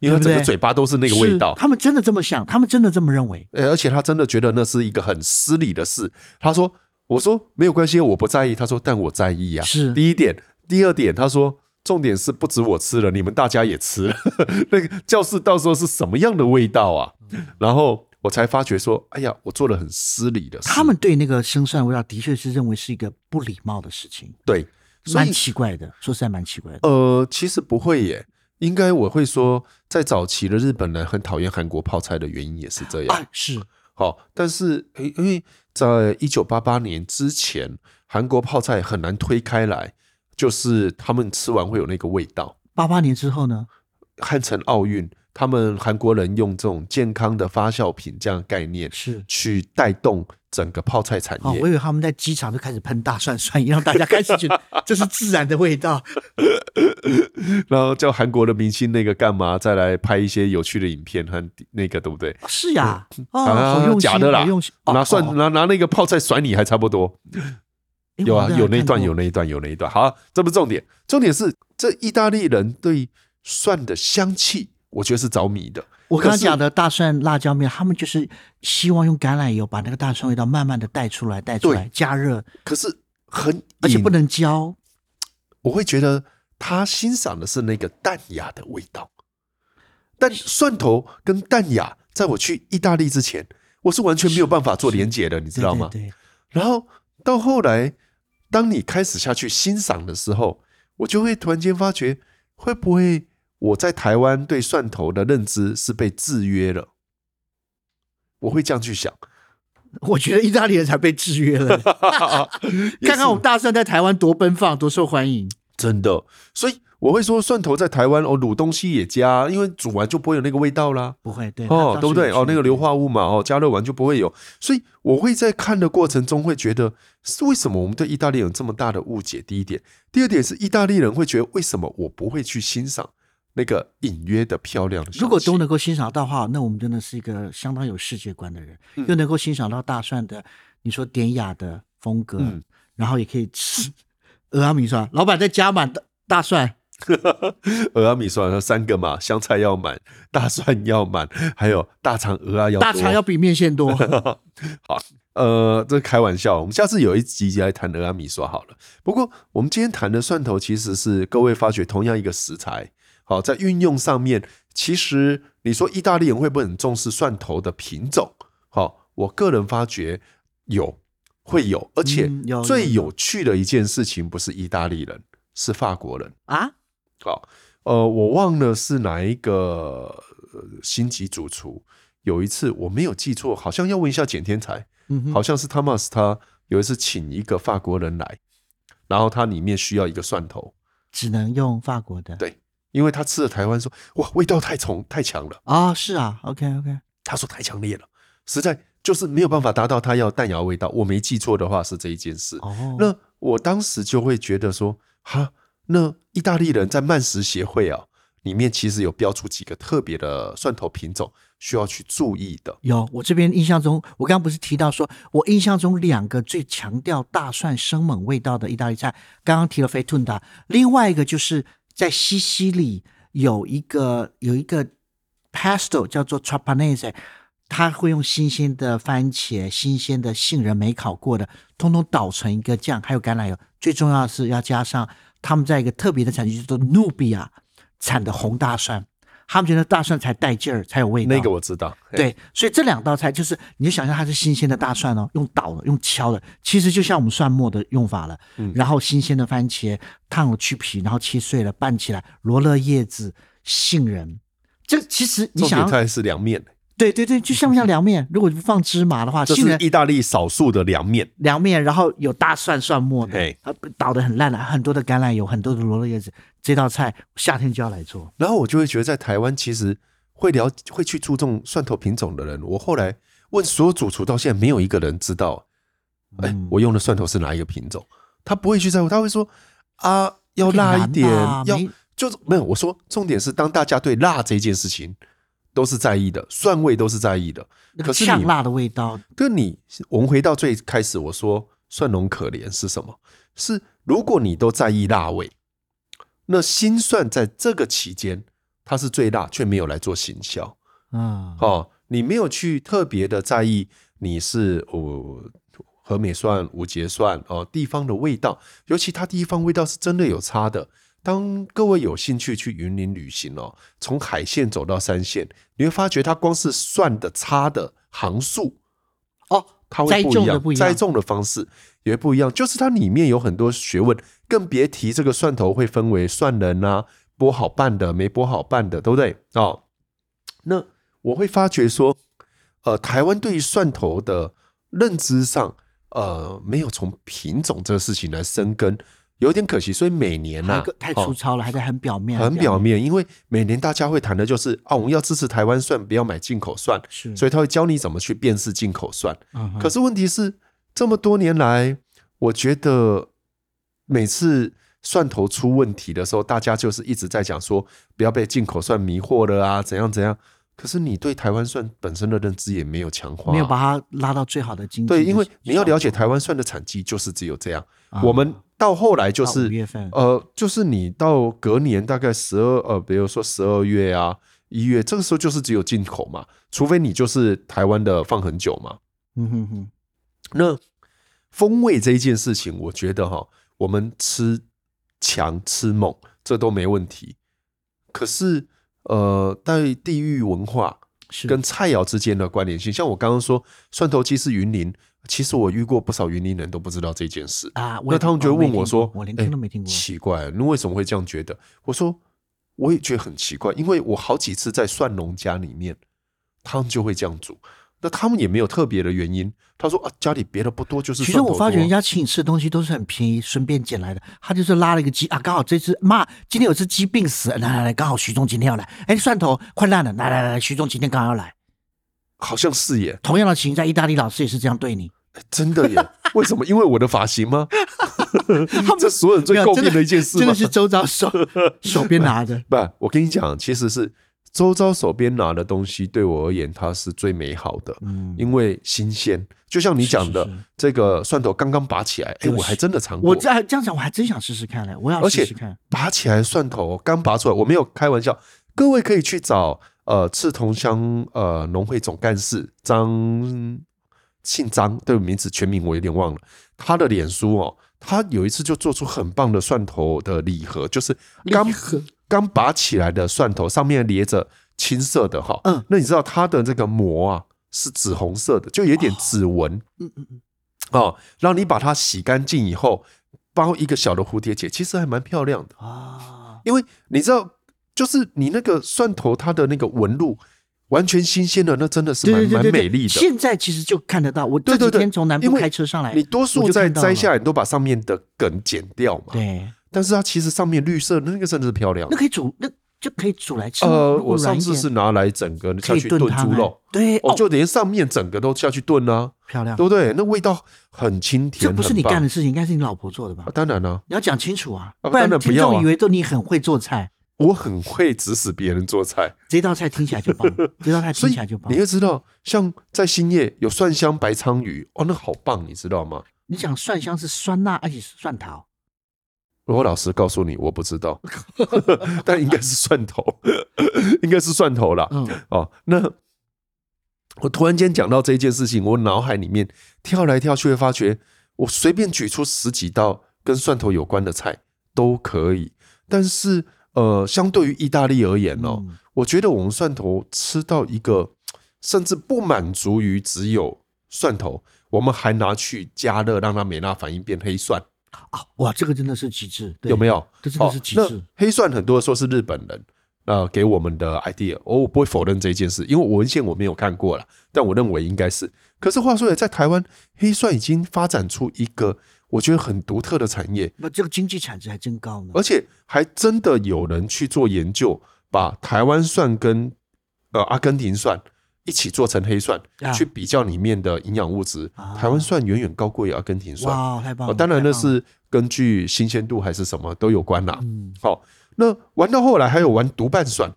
[SPEAKER 1] 因为他
[SPEAKER 2] 对不对
[SPEAKER 1] 整个嘴巴都是那个味道
[SPEAKER 2] 是。他们真的这么想，他们真的这么认为。
[SPEAKER 1] 呃而且他真的觉得那是一个很失礼的事。他说：“我说没有关系，我不在意。”他说：“但我在意呀、
[SPEAKER 2] 是
[SPEAKER 1] 第一点，第二点，他说重点是不止我吃了，你们大家也吃了。 那个教室到时候是什么样的味道啊？
[SPEAKER 2] 嗯
[SPEAKER 1] 然后我才发觉说，哎呀，我做了很失礼的事。
[SPEAKER 2] 他们对那个生蒜味道的确是认为是一个不礼貌的事情，
[SPEAKER 1] 对，所
[SPEAKER 2] 蛮
[SPEAKER 1] 以
[SPEAKER 2] 奇怪的，说实在蛮奇怪的。
[SPEAKER 1] 呃，其实不会耶。应该我会说，在早期的日本人很讨厌韩国泡菜的原因也是这样。
[SPEAKER 2] 啊，是
[SPEAKER 1] 好、但是诶因为在一九八八年之前，韩国泡菜很难推开来，就是他们吃完会有那个味道。
[SPEAKER 2] 八八年之后呢？
[SPEAKER 1] 汉城奥运，他们韩国人用这种健康的发酵品这样的概念
[SPEAKER 2] 是
[SPEAKER 1] 去带动整个泡菜产
[SPEAKER 2] 哦，
[SPEAKER 1] 业。
[SPEAKER 2] 我以为他们在机场就开始喷大蒜蒜，让大家开始觉 得这是自然的味道。
[SPEAKER 1] 然后叫韩国的明星那个干嘛，再来拍一些有趣的影片和那个，对不对？
[SPEAKER 2] 是呀，哦，
[SPEAKER 1] 啊
[SPEAKER 2] 好用心，
[SPEAKER 1] 假的啦
[SPEAKER 2] 好用心，哦
[SPEAKER 1] 拿蒜、
[SPEAKER 2] 哦
[SPEAKER 1] 拿拿那个泡菜甩你还差不多。
[SPEAKER 2] 诶
[SPEAKER 1] 有
[SPEAKER 2] 哎我
[SPEAKER 1] 啊
[SPEAKER 2] 好，像
[SPEAKER 1] 有那一
[SPEAKER 2] 看
[SPEAKER 1] 段，
[SPEAKER 2] 过
[SPEAKER 1] 有那一段，有那一段。好啊、这不是重点，重点是这意大利人对蒜的香气，我觉得是着迷的。
[SPEAKER 2] 我刚
[SPEAKER 1] 可
[SPEAKER 2] 刚
[SPEAKER 1] 是
[SPEAKER 2] 讲的大蒜辣椒面，他们就是希望用橄榄油把那个大蒜味道慢慢的带出来，带出来，加热，
[SPEAKER 1] 可是很，
[SPEAKER 2] 而且不，能焦。
[SPEAKER 1] 我会觉得他欣赏的是那个淡雅的味道。但蒜头跟淡雅，在我去意大利之前，我是完全没有办法做连结的，你知道吗？
[SPEAKER 2] 对对对
[SPEAKER 1] 然后到后来，当你开始下去欣赏的时候，我就会突然间发觉，会不会我在台湾对蒜头的认知是被制约了？我会这样去想，
[SPEAKER 2] 我觉得意大利人才被制约了。看看我们大蒜在台湾多奔放，多受欢迎。
[SPEAKER 1] 真的，所以我会说蒜头在台湾哦，卤东西也加，因为煮完就不会有那个味道啦。
[SPEAKER 2] 不会，对
[SPEAKER 1] 哦，对不对？哦，那个硫
[SPEAKER 2] 流
[SPEAKER 1] 化物嘛，哦，加热完就不会有，所以我会在看的过程中会觉得，是为什么我们对意大利有这么大的误解？第一点，第二点是意大利人会觉得，为什么我不会去欣赏那个隐约的漂亮的小
[SPEAKER 2] 如果
[SPEAKER 1] 溪
[SPEAKER 2] 都能够欣赏到的话，那我们真的是一个相当有世界观的人，
[SPEAKER 1] 嗯
[SPEAKER 2] 又能够欣赏到大蒜的你说典雅的风格，
[SPEAKER 1] 嗯
[SPEAKER 2] 然后也可以吃俄阿米蒜，老板再加满大大蒜，
[SPEAKER 1] 鹅阿米蒜，三个嘛，香菜要满，大蒜要满，还有大肠鹅啊要
[SPEAKER 2] 大
[SPEAKER 1] 多
[SPEAKER 2] 肠要比面 线多。
[SPEAKER 1] 呃，这开玩笑，我们下次有一集来谈俄阿米索好了。不过我们今天谈的蒜头其实是各位发觉同样一个食材，好在运用上面，其实你说意大利人会不会很重视蒜头的品种？好，我个人发觉有会有，而且
[SPEAKER 2] 嗯有
[SPEAKER 1] 最
[SPEAKER 2] 有
[SPEAKER 1] 有趣的一件事情不是意大利人，是法国人。
[SPEAKER 2] 啊，
[SPEAKER 1] 好，呃，我忘了是哪一个呃星级主厨。有一次我没有记错，好像要问一下简天才，
[SPEAKER 2] 嗯哼，
[SPEAKER 1] 好像是 Thomas 他有一次请一个法国人来，然后他里面需要一个蒜头，
[SPEAKER 2] 只能用法国的。
[SPEAKER 1] 对因为他吃了台湾说哇味道太重太强了，
[SPEAKER 2] 哦，是啊，OK OK，
[SPEAKER 1] 他说太强烈了，实在就是没有办法达到他要淡雅味道。我没记错的话是这一件事。
[SPEAKER 2] 哦，
[SPEAKER 1] 那我当时就会觉得说，哈，那意大利人在慢食协会啊里面其实有标出几个特别的蒜头品种需要去注意的。
[SPEAKER 2] 有，我这边印象中，我刚刚不是提到说，我印象中两个最强调大蒜生猛味道的意大利菜，刚刚提了 f e t u n d a 另外一个就是在西西里有一个有一个 pesto 叫做 trapanese，它会用新鲜的番茄、新鲜的杏仁没烤过的，通通捣成一个酱，还有橄榄油。最重要的是要加上他们在一个特别的产区叫做努比亚产的红大蒜，他们觉得大蒜才带劲儿，才有味道。
[SPEAKER 1] 那个我知道，
[SPEAKER 2] 对，所以这两道菜就是，你就想象它是新鲜的大蒜哦，用捣的，用敲的，其实就像我们蒜末的用法了。
[SPEAKER 1] 嗯
[SPEAKER 2] 然后新鲜的番茄烫了去皮，然后切碎了拌起来，罗勒叶子、杏仁，这其实你
[SPEAKER 1] 重
[SPEAKER 2] 想
[SPEAKER 1] 点
[SPEAKER 2] 要，
[SPEAKER 1] 它是凉面，
[SPEAKER 2] 对对对，就像不像凉面？如果你不放芝麻的话，
[SPEAKER 1] 这
[SPEAKER 2] 杏
[SPEAKER 1] 是
[SPEAKER 2] 仁
[SPEAKER 1] 意大利少数的凉面。
[SPEAKER 2] 凉面，然后有大蒜蒜末的
[SPEAKER 1] 嘿，
[SPEAKER 2] 啊捣得很烂了，很多的橄榄油，很多的罗勒叶子，这道菜夏天就要来做。
[SPEAKER 1] 然后我就会觉得，在台湾其实会了会去注重蒜头品种的人，我后来问所有主厨，到现在没有一个人知道，哎、
[SPEAKER 2] 嗯
[SPEAKER 1] 我用的蒜头是哪一个品种，他不会去在乎，他会说啊，要辣一点
[SPEAKER 2] 很难吧，
[SPEAKER 1] 要
[SPEAKER 2] 没
[SPEAKER 1] 就是没有。我说重点是，当大家对辣这件事情都是在意的，蒜味都是在意的，
[SPEAKER 2] 那
[SPEAKER 1] 可
[SPEAKER 2] 个
[SPEAKER 1] 是
[SPEAKER 2] 呛
[SPEAKER 1] 你
[SPEAKER 2] 辣的味道，
[SPEAKER 1] 跟你，我们回到最开始，我说蒜蓉可怜是什么？是如果你都在意辣味，那新蒜在这个期间它是最辣，却没有来做行销
[SPEAKER 2] 嗯，
[SPEAKER 1] 哦，你没有去特别的在意你是哦和美蒜、无节蒜哦地方的味道，尤其它地方味道是真的有差的。当各位有兴趣去云林旅行哦，从海线走到山线，你会发觉它光是蒜的差的行数。
[SPEAKER 2] 哦，
[SPEAKER 1] 它会
[SPEAKER 2] 栽
[SPEAKER 1] 不一
[SPEAKER 2] 种的
[SPEAKER 1] 样，
[SPEAKER 2] 不一
[SPEAKER 1] 栽
[SPEAKER 2] 样
[SPEAKER 1] 种的方式也不一样，就是它里面有很多学问，更别提这个蒜头会分为蒜仁啊，剥好瓣的、没剥好瓣的，对不对？哦，那我会发觉说，呃，台湾对于蒜头的认知上，呃，没有从品种这个事情来生根，有点可惜，所以每年呐、
[SPEAKER 2] 太
[SPEAKER 1] 啊
[SPEAKER 2] 个，太
[SPEAKER 1] 哦
[SPEAKER 2] 粗糙了，还在很表面，
[SPEAKER 1] 很表面，因为每年大家会谈的就是啊，我们要支持台湾蒜，不要买进口蒜，
[SPEAKER 2] 是，
[SPEAKER 1] 所
[SPEAKER 2] 以
[SPEAKER 1] 以他会教你怎么去辨识进口蒜。可
[SPEAKER 2] 是
[SPEAKER 1] 是问题是，这么多年来，我觉得每次蒜头出问题的时候，大家就是一直在讲说，不要被进口蒜迷惑了啊，怎样怎样。可是你对台湾蒜本身的认知也没有强化啊、
[SPEAKER 2] 没有把它拉到最好的经济的效
[SPEAKER 1] 对，
[SPEAKER 2] 果。
[SPEAKER 1] 因为你要了解台湾蒜的产季就是只有这样。
[SPEAKER 2] 啊，
[SPEAKER 1] 我们到后来就
[SPEAKER 2] 到
[SPEAKER 1] 是
[SPEAKER 2] 五月份，
[SPEAKER 1] 呃，就是你到隔年大概十二呃，比如说十二月啊、一月，这个时候就是只有进口嘛，除非你就是台湾的放很久嘛。
[SPEAKER 2] 嗯哼哼，
[SPEAKER 1] 那风味这一件事情，我觉得哈，我们吃强吃猛这都没问题。可是，呃，在地域文化
[SPEAKER 2] 是
[SPEAKER 1] 跟菜肴之间的关联性，像我刚刚说蒜头鸡是云林，其实我遇过不少云林人都不知道这件事。
[SPEAKER 2] 啊，我
[SPEAKER 1] 那
[SPEAKER 2] 也
[SPEAKER 1] 他们就
[SPEAKER 2] 我
[SPEAKER 1] 会
[SPEAKER 2] 没
[SPEAKER 1] 问我
[SPEAKER 2] 听过
[SPEAKER 1] 说：“
[SPEAKER 2] 我连
[SPEAKER 1] 哎
[SPEAKER 2] 听都没听过，
[SPEAKER 1] 奇怪，那为什么会这样觉得？”我说：“我也觉得很奇怪，因为我好几次在蒜农家里面，他们就会这样煮。那他们也没有特别的原因。他说啊，家里别的不多，就是
[SPEAKER 2] 其实
[SPEAKER 1] 蒜头
[SPEAKER 2] 我发觉
[SPEAKER 1] 多
[SPEAKER 2] 人家请你吃的东西都是很便宜，顺便捡来的。他就是拉了一个鸡啊，刚好这只妈今天有只鸡病死，来来来，刚好徐总今天要来，哎，蒜头快烂了，来来来，徐总今天刚好要来。
[SPEAKER 1] 好像是耶，
[SPEAKER 2] 同样的情，在意大利老师也是这样对你，
[SPEAKER 1] 哎真的耶。为什么？因为我的发型 吗？ 这所有人最
[SPEAKER 2] 没有
[SPEAKER 1] 诟
[SPEAKER 2] 真
[SPEAKER 1] 病的一件事
[SPEAKER 2] 真
[SPEAKER 1] 吗
[SPEAKER 2] 的？是周遭 手手边拿着。
[SPEAKER 1] 不，我跟你讲，其实是周遭手边拿的东西，对我而言，它是最美好的。
[SPEAKER 2] 嗯，
[SPEAKER 1] 因为新鲜，就像你
[SPEAKER 2] 是
[SPEAKER 1] 讲
[SPEAKER 2] 是
[SPEAKER 1] 的，
[SPEAKER 2] 是
[SPEAKER 1] 这个蒜头刚刚拔起来，哎，
[SPEAKER 2] 就是
[SPEAKER 1] 我还真的尝过。
[SPEAKER 2] 我这这样讲，我还真想试试看嘞，我要
[SPEAKER 1] 而
[SPEAKER 2] 试
[SPEAKER 1] 且
[SPEAKER 2] 试看。
[SPEAKER 1] 拔起来蒜头刚拔出来，我没有开玩笑，各位可以去找呃赤桐乡呃农会总干事张姓张，对名字全名我有点忘了，他的脸书哦，他有一次就做出很棒的蒜头的礼盒，就是刚
[SPEAKER 2] 礼盒
[SPEAKER 1] 刚拔起来的蒜头上面连着青色的哈，
[SPEAKER 2] 嗯，
[SPEAKER 1] 那你知道它的这个膜啊是紫红色的，就有一
[SPEAKER 2] 哦
[SPEAKER 1] 点指纹。
[SPEAKER 2] 嗯嗯嗯，
[SPEAKER 1] 哦，让你把它洗干净以后，包一个小的蝴蝶结，其实还蛮漂亮的。
[SPEAKER 2] 啊，
[SPEAKER 1] 因为你知道，就是你那个蒜头它的那个纹路完全新鲜的，那真的是
[SPEAKER 2] 对
[SPEAKER 1] 蛮
[SPEAKER 2] 对对
[SPEAKER 1] 蛮
[SPEAKER 2] 对对，
[SPEAKER 1] 美丽的。
[SPEAKER 2] 现在其实就看得到，我这
[SPEAKER 1] 对
[SPEAKER 2] 几
[SPEAKER 1] 对对
[SPEAKER 2] 天从南
[SPEAKER 1] 因
[SPEAKER 2] 部
[SPEAKER 1] 为
[SPEAKER 2] 开车上来，
[SPEAKER 1] 你多
[SPEAKER 2] 我
[SPEAKER 1] 数
[SPEAKER 2] 就
[SPEAKER 1] 在
[SPEAKER 2] 看到了
[SPEAKER 1] 摘下来，你都把上面的梗剪掉嘛。
[SPEAKER 2] 对，
[SPEAKER 1] 但是它其实上面绿色那个真的是漂亮
[SPEAKER 2] 那。可以煮，那就可以煮来吃吗。
[SPEAKER 1] 呃，
[SPEAKER 2] 如果
[SPEAKER 1] 我
[SPEAKER 2] 软
[SPEAKER 1] 上
[SPEAKER 2] 一
[SPEAKER 1] 次
[SPEAKER 2] 点
[SPEAKER 1] 是拿来整个
[SPEAKER 2] 可
[SPEAKER 1] 下
[SPEAKER 2] 以
[SPEAKER 1] 去
[SPEAKER 2] 炖
[SPEAKER 1] 炖
[SPEAKER 2] 汤
[SPEAKER 1] 猪
[SPEAKER 2] 哎
[SPEAKER 1] 肉，
[SPEAKER 2] 对，
[SPEAKER 1] 我
[SPEAKER 2] 哦，
[SPEAKER 1] 就连上面整个都下去炖啊，
[SPEAKER 2] 漂亮
[SPEAKER 1] 对。不对？那味道很清甜，
[SPEAKER 2] 这不是你
[SPEAKER 1] 很棒
[SPEAKER 2] 干的事情，应该是你老婆做的吧
[SPEAKER 1] 啊？当然了，
[SPEAKER 2] 你要讲清楚啊，
[SPEAKER 1] 啊
[SPEAKER 2] 不然
[SPEAKER 1] 当然不
[SPEAKER 2] 听
[SPEAKER 1] 要
[SPEAKER 2] 众
[SPEAKER 1] 啊
[SPEAKER 2] 以为都你很会做菜，
[SPEAKER 1] 我很会指使别人做菜。
[SPEAKER 2] 这道菜听起来 就棒，这道菜
[SPEAKER 1] 所
[SPEAKER 2] 听
[SPEAKER 1] 以
[SPEAKER 2] 起来就棒
[SPEAKER 1] 你。会知道，像在兴业有蒜香白鲳鱼，哦，那好棒，你知道吗？
[SPEAKER 2] 你讲蒜香是酸辣，而且是蒜头，
[SPEAKER 1] 我老实告诉你，我不知道， 但应该是蒜头， 应该是蒜头啦。
[SPEAKER 2] 嗯，
[SPEAKER 1] 哦，那我突然间讲到这一件事情，我脑海里面跳来跳去，会发觉我随便举出十几道跟蒜头有关的菜都可以，但是呃，相对于意大利而言哦，
[SPEAKER 2] 嗯
[SPEAKER 1] 我觉得我们蒜头吃到一个，甚至不满足于只有蒜头，我们还拿去加热，让它美拉反应变黑蒜，
[SPEAKER 2] 啊，哇，这个真的是极致，对
[SPEAKER 1] 有没？有？
[SPEAKER 2] 这真的是极致。
[SPEAKER 1] 哦那黑蒜很多说是日本人呃给我们的 idea，哦，我不会否认这件事，因为文献我没有看过啦，但我认为应该是。可是话说回来，在台湾黑蒜已经发展出一个我觉得很独特的产业，
[SPEAKER 2] 那这个经济产值还真高呢。
[SPEAKER 1] 而且还真的有人去做研究，把台湾蒜跟呃阿根廷蒜一起做成黑蒜，
[SPEAKER 2] 啊
[SPEAKER 1] 去比较里面的营养物质，
[SPEAKER 2] 啊
[SPEAKER 1] 台湾蒜远远高过于阿根廷蒜。
[SPEAKER 2] 哇，太棒
[SPEAKER 1] 哦
[SPEAKER 2] 了！
[SPEAKER 1] 当然那
[SPEAKER 2] 太棒了
[SPEAKER 1] 是根据新鲜度还是什么都有关啦、
[SPEAKER 2] 嗯，
[SPEAKER 1] 好、那玩到后来还有玩独瓣蒜，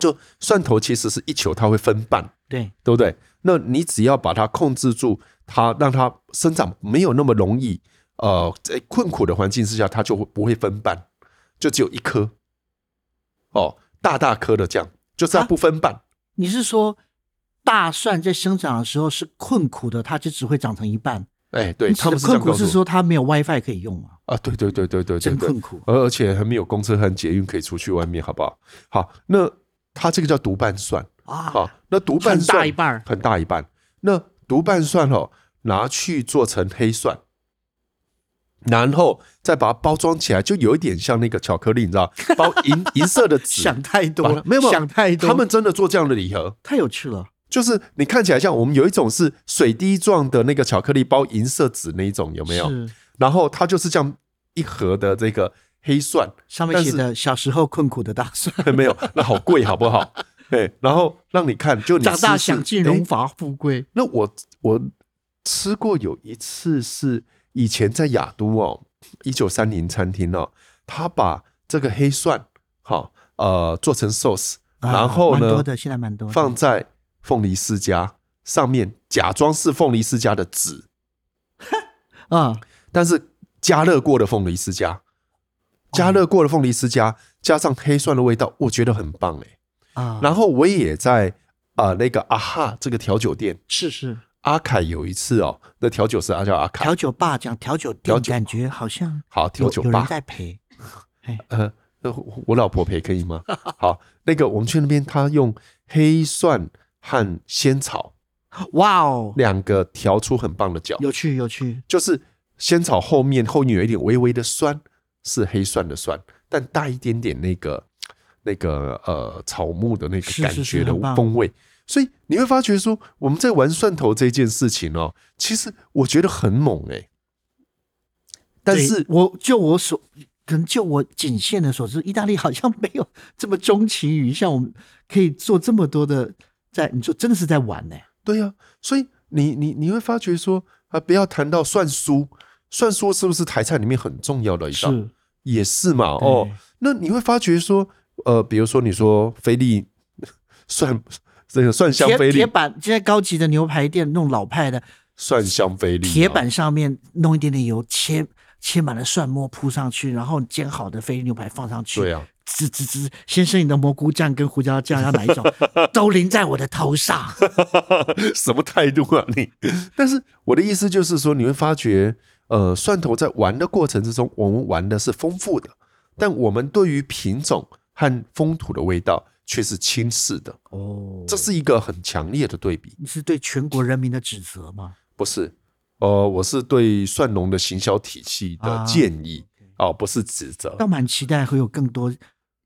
[SPEAKER 1] 就蒜头其实是一球，它会分瓣，
[SPEAKER 2] 对，
[SPEAKER 1] 对不对？那你只要把它控制住，它让它生长没有那么容易，呃，在困苦的环境之下，它就会不会分瓣，就只有一颗，哦，大大颗的这样，就是它
[SPEAKER 2] 啊
[SPEAKER 1] 不分瓣，
[SPEAKER 2] 你是说大蒜在生长的时候是困苦的，它就只会长成一半。
[SPEAKER 1] 哎，对
[SPEAKER 2] 你指
[SPEAKER 1] 他
[SPEAKER 2] 的
[SPEAKER 1] 们是这样
[SPEAKER 2] 困
[SPEAKER 1] 告
[SPEAKER 2] 苦
[SPEAKER 1] 诉
[SPEAKER 2] 是
[SPEAKER 1] 我
[SPEAKER 2] 说它没有 WiFi 可以用吗？
[SPEAKER 1] 啊，对对对对对对
[SPEAKER 2] 真
[SPEAKER 1] 对
[SPEAKER 2] 困，苦。
[SPEAKER 1] 而而且还没有公车和捷运可以出去外面，好不好？好，那它这个叫独瓣蒜，好、
[SPEAKER 2] 啊，
[SPEAKER 1] 那独瓣
[SPEAKER 2] 很
[SPEAKER 1] 蒜
[SPEAKER 2] 大一半儿
[SPEAKER 1] 很大一半。那独瓣蒜哦，拿去做成黑蒜，然后再把它包装起来，就有一点像那个巧克力，你知道，包 银银色的纸。
[SPEAKER 2] 想太多
[SPEAKER 1] 把
[SPEAKER 2] 了
[SPEAKER 1] 它，没有没有
[SPEAKER 2] 想太多，
[SPEAKER 1] 他们真的做这样的礼盒，
[SPEAKER 2] 太有趣了。
[SPEAKER 1] 就是你看起来像我们有一种是水滴状的那个巧克力包银色纸那一种，有没有？
[SPEAKER 2] 是
[SPEAKER 1] 然后它就是这样一盒的这个黑蒜，
[SPEAKER 2] 上面
[SPEAKER 1] 但
[SPEAKER 2] 写
[SPEAKER 1] 是
[SPEAKER 2] 的小时候困苦的大蒜，
[SPEAKER 1] 没有，那好贵，好不好？对，然后让你看，就你
[SPEAKER 2] 长大
[SPEAKER 1] 吃是
[SPEAKER 2] 享尽
[SPEAKER 1] 诶
[SPEAKER 2] 荣华富贵。
[SPEAKER 1] 那我我吃过有一次是以前在雅都哦，一九三零餐厅哦，他把这个黑蒜好、呃做成 sauce，
[SPEAKER 2] 啊
[SPEAKER 1] 然后
[SPEAKER 2] 蛮
[SPEAKER 1] 呢、
[SPEAKER 2] 多的，现在蛮多的
[SPEAKER 1] 放在凤梨世家上面，假装是凤梨世家的籽，
[SPEAKER 2] 啊，
[SPEAKER 1] 但是加热过的凤梨世家，加热过的凤梨世家加上黑蒜的味道，我觉得很棒哎。
[SPEAKER 2] 啊，
[SPEAKER 1] 然后我也在啊、呃那个啊哈这个调酒店。
[SPEAKER 2] 是是
[SPEAKER 1] 阿凯有一次哦，那调酒师他叫阿凯，
[SPEAKER 2] 调酒吧讲调酒
[SPEAKER 1] 调
[SPEAKER 2] 店，
[SPEAKER 1] 酒
[SPEAKER 2] 感觉好像
[SPEAKER 1] 好调
[SPEAKER 2] 有
[SPEAKER 1] 酒
[SPEAKER 2] 有人
[SPEAKER 1] 吧，
[SPEAKER 2] 在陪。
[SPEAKER 1] 呃，呃我我老婆陪可以 吗？好，那个我们去那边，他用黑蒜和仙草
[SPEAKER 2] 哇哦，
[SPEAKER 1] 两个调出很棒的酒，
[SPEAKER 2] 有趣有趣，
[SPEAKER 1] 就是仙草后面后面有一点微微的酸，是黑蒜的酸，但带一点点那个那个呃草木的那个
[SPEAKER 2] 是
[SPEAKER 1] 感
[SPEAKER 2] 是是
[SPEAKER 1] 觉的
[SPEAKER 2] 很棒
[SPEAKER 1] 风味。所以你会发觉说，我们在玩蒜头这件事情哦，其实我觉得很猛哎、但
[SPEAKER 2] 对
[SPEAKER 1] 是
[SPEAKER 2] 我就我所，可能就我仅限的所知，意大利好像没有这么钟情于像我们可以做这么多的，在你说真的是在玩呢、
[SPEAKER 1] 对呀、所以你你你会发觉说啊，不要谈到算书，算书是不是台菜里面很重要的一道？
[SPEAKER 2] 是
[SPEAKER 1] 也是嘛，哦
[SPEAKER 2] 对，
[SPEAKER 1] 那你会发觉说，呃，比如说你说菲力蒜这个蒜香
[SPEAKER 2] 铁
[SPEAKER 1] 菲
[SPEAKER 2] 铁
[SPEAKER 1] 力，
[SPEAKER 2] 板，现在高级的牛排店弄老派的
[SPEAKER 1] 蒜香菲力，
[SPEAKER 2] 铁板上面弄一点点油，切切满了蒜末铺上去，然后煎好的菲力牛排放上去，
[SPEAKER 1] 对啊，
[SPEAKER 2] 滋滋滋，先生你的蘑菇酱跟胡椒酱要哪一种， 都淋在我的 头上。
[SPEAKER 1] 什么态度啊你？ 但是我的意思就是说，你会发觉，呃，蒜头在玩的过程之中，我们玩的是丰富的，但我们对于品种和风土的味道却是轻视的，
[SPEAKER 2] 哦
[SPEAKER 1] 这是一个很强烈的对比。
[SPEAKER 2] 你是对全国人民的指责吗？
[SPEAKER 1] 不是，呃，我是对蒜农的行销体系的
[SPEAKER 2] 啊
[SPEAKER 1] 建议哦、不是指责。
[SPEAKER 2] 倒蛮期待会有更多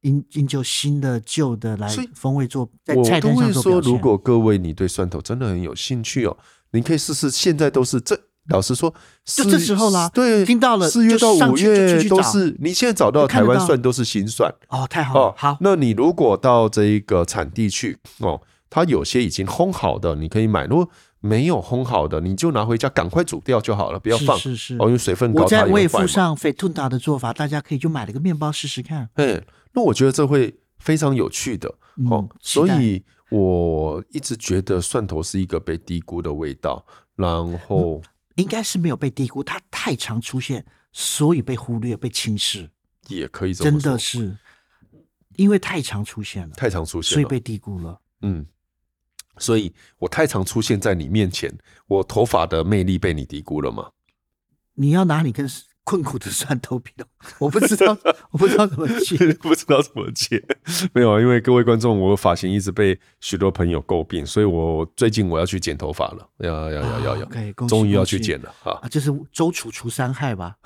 [SPEAKER 2] 因因就新的旧的来
[SPEAKER 1] 所以
[SPEAKER 2] 风味做在
[SPEAKER 1] 我
[SPEAKER 2] 菜
[SPEAKER 1] 都
[SPEAKER 2] 单
[SPEAKER 1] 会
[SPEAKER 2] 上做表
[SPEAKER 1] 说，
[SPEAKER 2] 现。
[SPEAKER 1] 如果各位你对蒜头真的很有兴趣哦，你可以试试。现在都是这，老实说，
[SPEAKER 2] 就
[SPEAKER 1] 四
[SPEAKER 2] 这时候啦
[SPEAKER 1] 对，
[SPEAKER 2] 听到了
[SPEAKER 1] 四月
[SPEAKER 2] 就
[SPEAKER 1] 到
[SPEAKER 2] 上
[SPEAKER 1] 五
[SPEAKER 2] 去就
[SPEAKER 1] 月
[SPEAKER 2] 去找
[SPEAKER 1] 都是，你现在找到
[SPEAKER 2] 就看
[SPEAKER 1] 台
[SPEAKER 2] 得
[SPEAKER 1] 湾
[SPEAKER 2] 到
[SPEAKER 1] 蒜都是新蒜
[SPEAKER 2] 哦，太好了，
[SPEAKER 1] 哦。
[SPEAKER 2] 好，
[SPEAKER 1] 那你如果到这一个产地去哦，它有些已经烘好的，你可以买；如果没有烘好的，你就拿回家赶快煮掉就好了，不要
[SPEAKER 2] 是
[SPEAKER 1] 放
[SPEAKER 2] 是是
[SPEAKER 1] 哦，因为水分高，
[SPEAKER 2] 我在
[SPEAKER 1] 它也
[SPEAKER 2] 我
[SPEAKER 1] 会
[SPEAKER 2] 也
[SPEAKER 1] 坏
[SPEAKER 2] 附
[SPEAKER 1] 嘛。
[SPEAKER 2] 上肥吞达的做法，大家可以就买了个面包试试看。
[SPEAKER 1] 嗯，那我觉得这会非常有趣的哦
[SPEAKER 2] 嗯。期
[SPEAKER 1] 所
[SPEAKER 2] 待
[SPEAKER 1] 以我一直觉得蒜头是一个被低估的味道，然后
[SPEAKER 2] 应该是没有被低估，它太常出现，所以被忽略、被轻视，
[SPEAKER 1] 也可以这么
[SPEAKER 2] 真
[SPEAKER 1] 说，
[SPEAKER 2] 的是因为太常出现了，
[SPEAKER 1] 太常出
[SPEAKER 2] 所
[SPEAKER 1] 现
[SPEAKER 2] 以
[SPEAKER 1] 了。
[SPEAKER 2] 被低估了。
[SPEAKER 1] 嗯，所以我太常出现在你面前，我头发的魅力被你低估了嘛？
[SPEAKER 2] 你要拿你跟 困苦的蒜头比的，我不知道，我不知道怎么 去。
[SPEAKER 1] 不知道怎么接， 没有啊，因为各位观众，我发型一直被许多朋友诟病，所以我最近我要去剪头发了，要要要要
[SPEAKER 2] 啊，OK，恭
[SPEAKER 1] 要，
[SPEAKER 2] 喜
[SPEAKER 1] 终于要
[SPEAKER 2] 恭
[SPEAKER 1] 去
[SPEAKER 2] 喜
[SPEAKER 1] 剪了啊！
[SPEAKER 2] 啊，这是周楚除三害吧？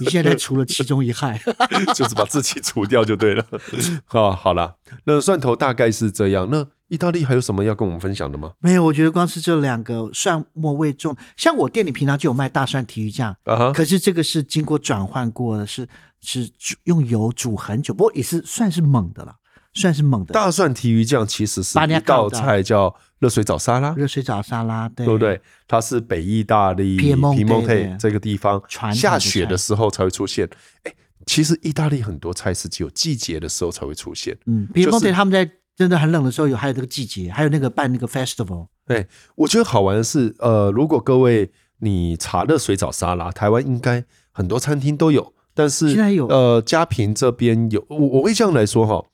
[SPEAKER 2] 你现在除了其中一害，
[SPEAKER 1] 就是把自己除掉就对了。 好，好啦，那蒜头大概是这样。那意大利还有什么要跟我们分享的吗？
[SPEAKER 2] 没有，我觉得光是这两个蒜末味重，像我店里平常就有卖大蒜提鱼酱，
[SPEAKER 1] 啊哈，
[SPEAKER 2] 可是这个是经过转换过的，是是煮用油煮很久，不过也是算是猛的了，算是猛的。
[SPEAKER 1] 大蒜提鱼酱其实是
[SPEAKER 2] 巴尼亚
[SPEAKER 1] 一道
[SPEAKER 2] 烤的
[SPEAKER 1] 菜叫热水澡沙拉，
[SPEAKER 2] 热水澡沙拉，对
[SPEAKER 1] 对不？对？它是北意大利
[SPEAKER 2] 皮蒙
[SPEAKER 1] 皮蒙
[SPEAKER 2] 对
[SPEAKER 1] 特
[SPEAKER 2] 对
[SPEAKER 1] 这个地方
[SPEAKER 2] 传统的
[SPEAKER 1] 下雪
[SPEAKER 2] 菜
[SPEAKER 1] 的时候才会出现。哎，其实意大利很多菜是只有季节的时候才会出现。
[SPEAKER 2] 嗯，比如
[SPEAKER 1] 就是
[SPEAKER 2] 对他们在真的很冷的时候有，还有这个季节，还有那个办那个 festival，
[SPEAKER 1] 对，我觉得好玩的是，呃，如果各位你查热水澡沙拉，台湾应该很多餐厅都有，但是
[SPEAKER 2] 现在有
[SPEAKER 1] 呃，嘉平这边有，我我会这样来说哈，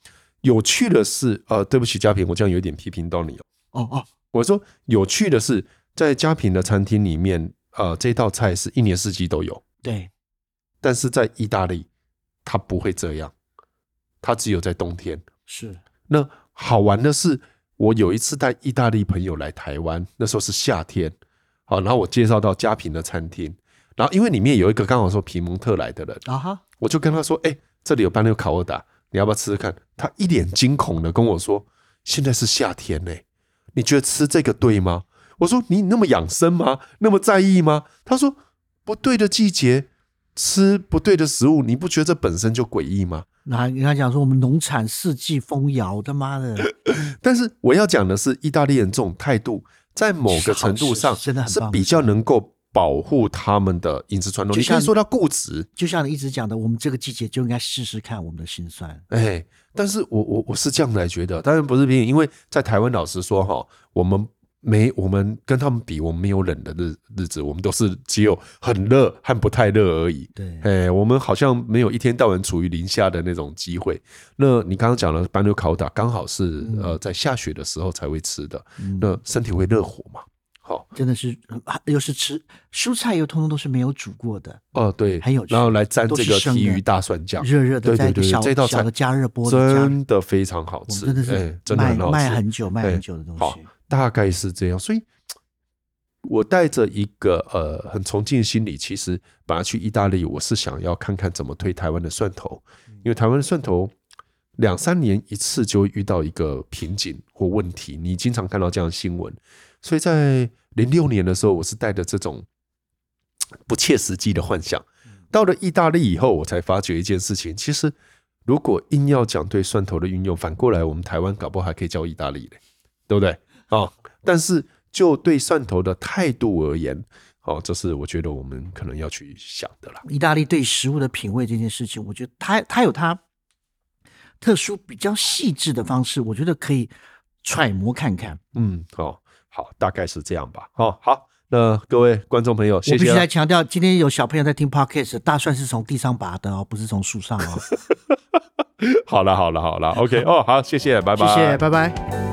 [SPEAKER 1] 有趣的是，呃，对不起，嘉平，我这样有点批评到你哦。
[SPEAKER 2] 哦哦，
[SPEAKER 1] 我说有趣的是，在嘉平的餐厅里面，呃，这道菜是一年四季都有，
[SPEAKER 2] 对，
[SPEAKER 1] 但是在意大利，它不会这样，它只有在冬天。
[SPEAKER 2] 是
[SPEAKER 1] 那好玩的是，我有一次带意大利朋友来台湾，那时候是夏天，好，然后我介绍到嘉平的餐厅，然后因为里面有一个刚好说皮蒙特来的人，
[SPEAKER 2] 啊哈，
[SPEAKER 1] 我就跟他说，哎、这里有班六烤鹅打，你要不要吃吃看？他一脸惊恐的跟我说，现在是夏天呢、你觉得吃这个对吗？我说你那么养生吗？那么在意吗？他说不对的季节吃不对的食物，你不觉得这本身就诡异吗？
[SPEAKER 2] 那你刚讲说我们农产四季丰饶，他妈的，
[SPEAKER 1] 但是我要讲的是，意大利人这种态度，在某个程度上
[SPEAKER 2] 是是真的很
[SPEAKER 1] 是
[SPEAKER 2] 棒
[SPEAKER 1] 比较能够保护他们的饮食传统。
[SPEAKER 2] 就
[SPEAKER 1] 你可以
[SPEAKER 2] 像
[SPEAKER 1] 说他固执，
[SPEAKER 2] 就像你一直讲的，我们这个季节就应该试试看我们的心酸。
[SPEAKER 1] 哎，但是我我我是这样来觉得，当然不是批评，因为在台湾，老实说哈，我们没我们跟他们比，我们没有冷的日日子，我们都是只有很热和不太热而已。
[SPEAKER 2] 对，
[SPEAKER 1] 哎、我们好像没有一天到晚处于零下的那种机会。那你刚刚讲了班纽考打，刚好是、
[SPEAKER 2] 嗯
[SPEAKER 1] 呃在下雪的时候才会吃的，
[SPEAKER 2] 嗯
[SPEAKER 1] 那身体会热火嘛？好、
[SPEAKER 2] 真的是，嗯啊又是吃蔬菜，又通通都是没有煮过的，
[SPEAKER 1] 哦，对，
[SPEAKER 2] 很有趣
[SPEAKER 1] 然后来沾这
[SPEAKER 2] 都
[SPEAKER 1] 个
[SPEAKER 2] 是生的
[SPEAKER 1] 提鱼大蒜酱，
[SPEAKER 2] 热热的，
[SPEAKER 1] 对
[SPEAKER 2] 在
[SPEAKER 1] 对
[SPEAKER 2] 一个
[SPEAKER 1] 对，
[SPEAKER 2] 小
[SPEAKER 1] 这道菜
[SPEAKER 2] 小的加热锅里加，
[SPEAKER 1] 真的非常好
[SPEAKER 2] 我们
[SPEAKER 1] 吃，
[SPEAKER 2] 真的
[SPEAKER 1] 哎
[SPEAKER 2] 是
[SPEAKER 1] 真的
[SPEAKER 2] 卖
[SPEAKER 1] 很好吃，
[SPEAKER 2] 卖很久、卖
[SPEAKER 1] 哎
[SPEAKER 2] 很久的东
[SPEAKER 1] 好
[SPEAKER 2] 西。
[SPEAKER 1] 大概是这样。所以，我带着一个呃很崇敬的心理，其实本来去意大利，我是想要看看怎么推台湾的蒜头，因为台湾的蒜头两三年一次就会遇到一个瓶颈或问题，你经常看到这样的新闻。所以在零六年的时候，我是带着这种嘖不切实际的幻想，到了意大利以后，我才发觉一件事情：其实如果硬要讲对蒜头的运用，反过来我们台湾搞不好还可以教意大利嘞，对不对？哦，但是就对蒜头的态度而言，哦，这是我觉得我们可能要去想的啦。
[SPEAKER 2] 意大利对食物的品味这件事情，我觉得它它有它特殊、比较细致的方式，我觉得可以揣摩看看。
[SPEAKER 1] 嗯，哦，好，大概是这样吧。哦，好，那各位观众朋友，谢啊
[SPEAKER 2] 我必
[SPEAKER 1] 谢
[SPEAKER 2] 须
[SPEAKER 1] 啦
[SPEAKER 2] 来强调，今天有小朋友在听 podcast，大蒜是从地上拔的哦，不是从树上哦。
[SPEAKER 1] 好了，好了，好了，OK，哦，好，谢谢，拜拜，
[SPEAKER 2] 谢谢，拜拜。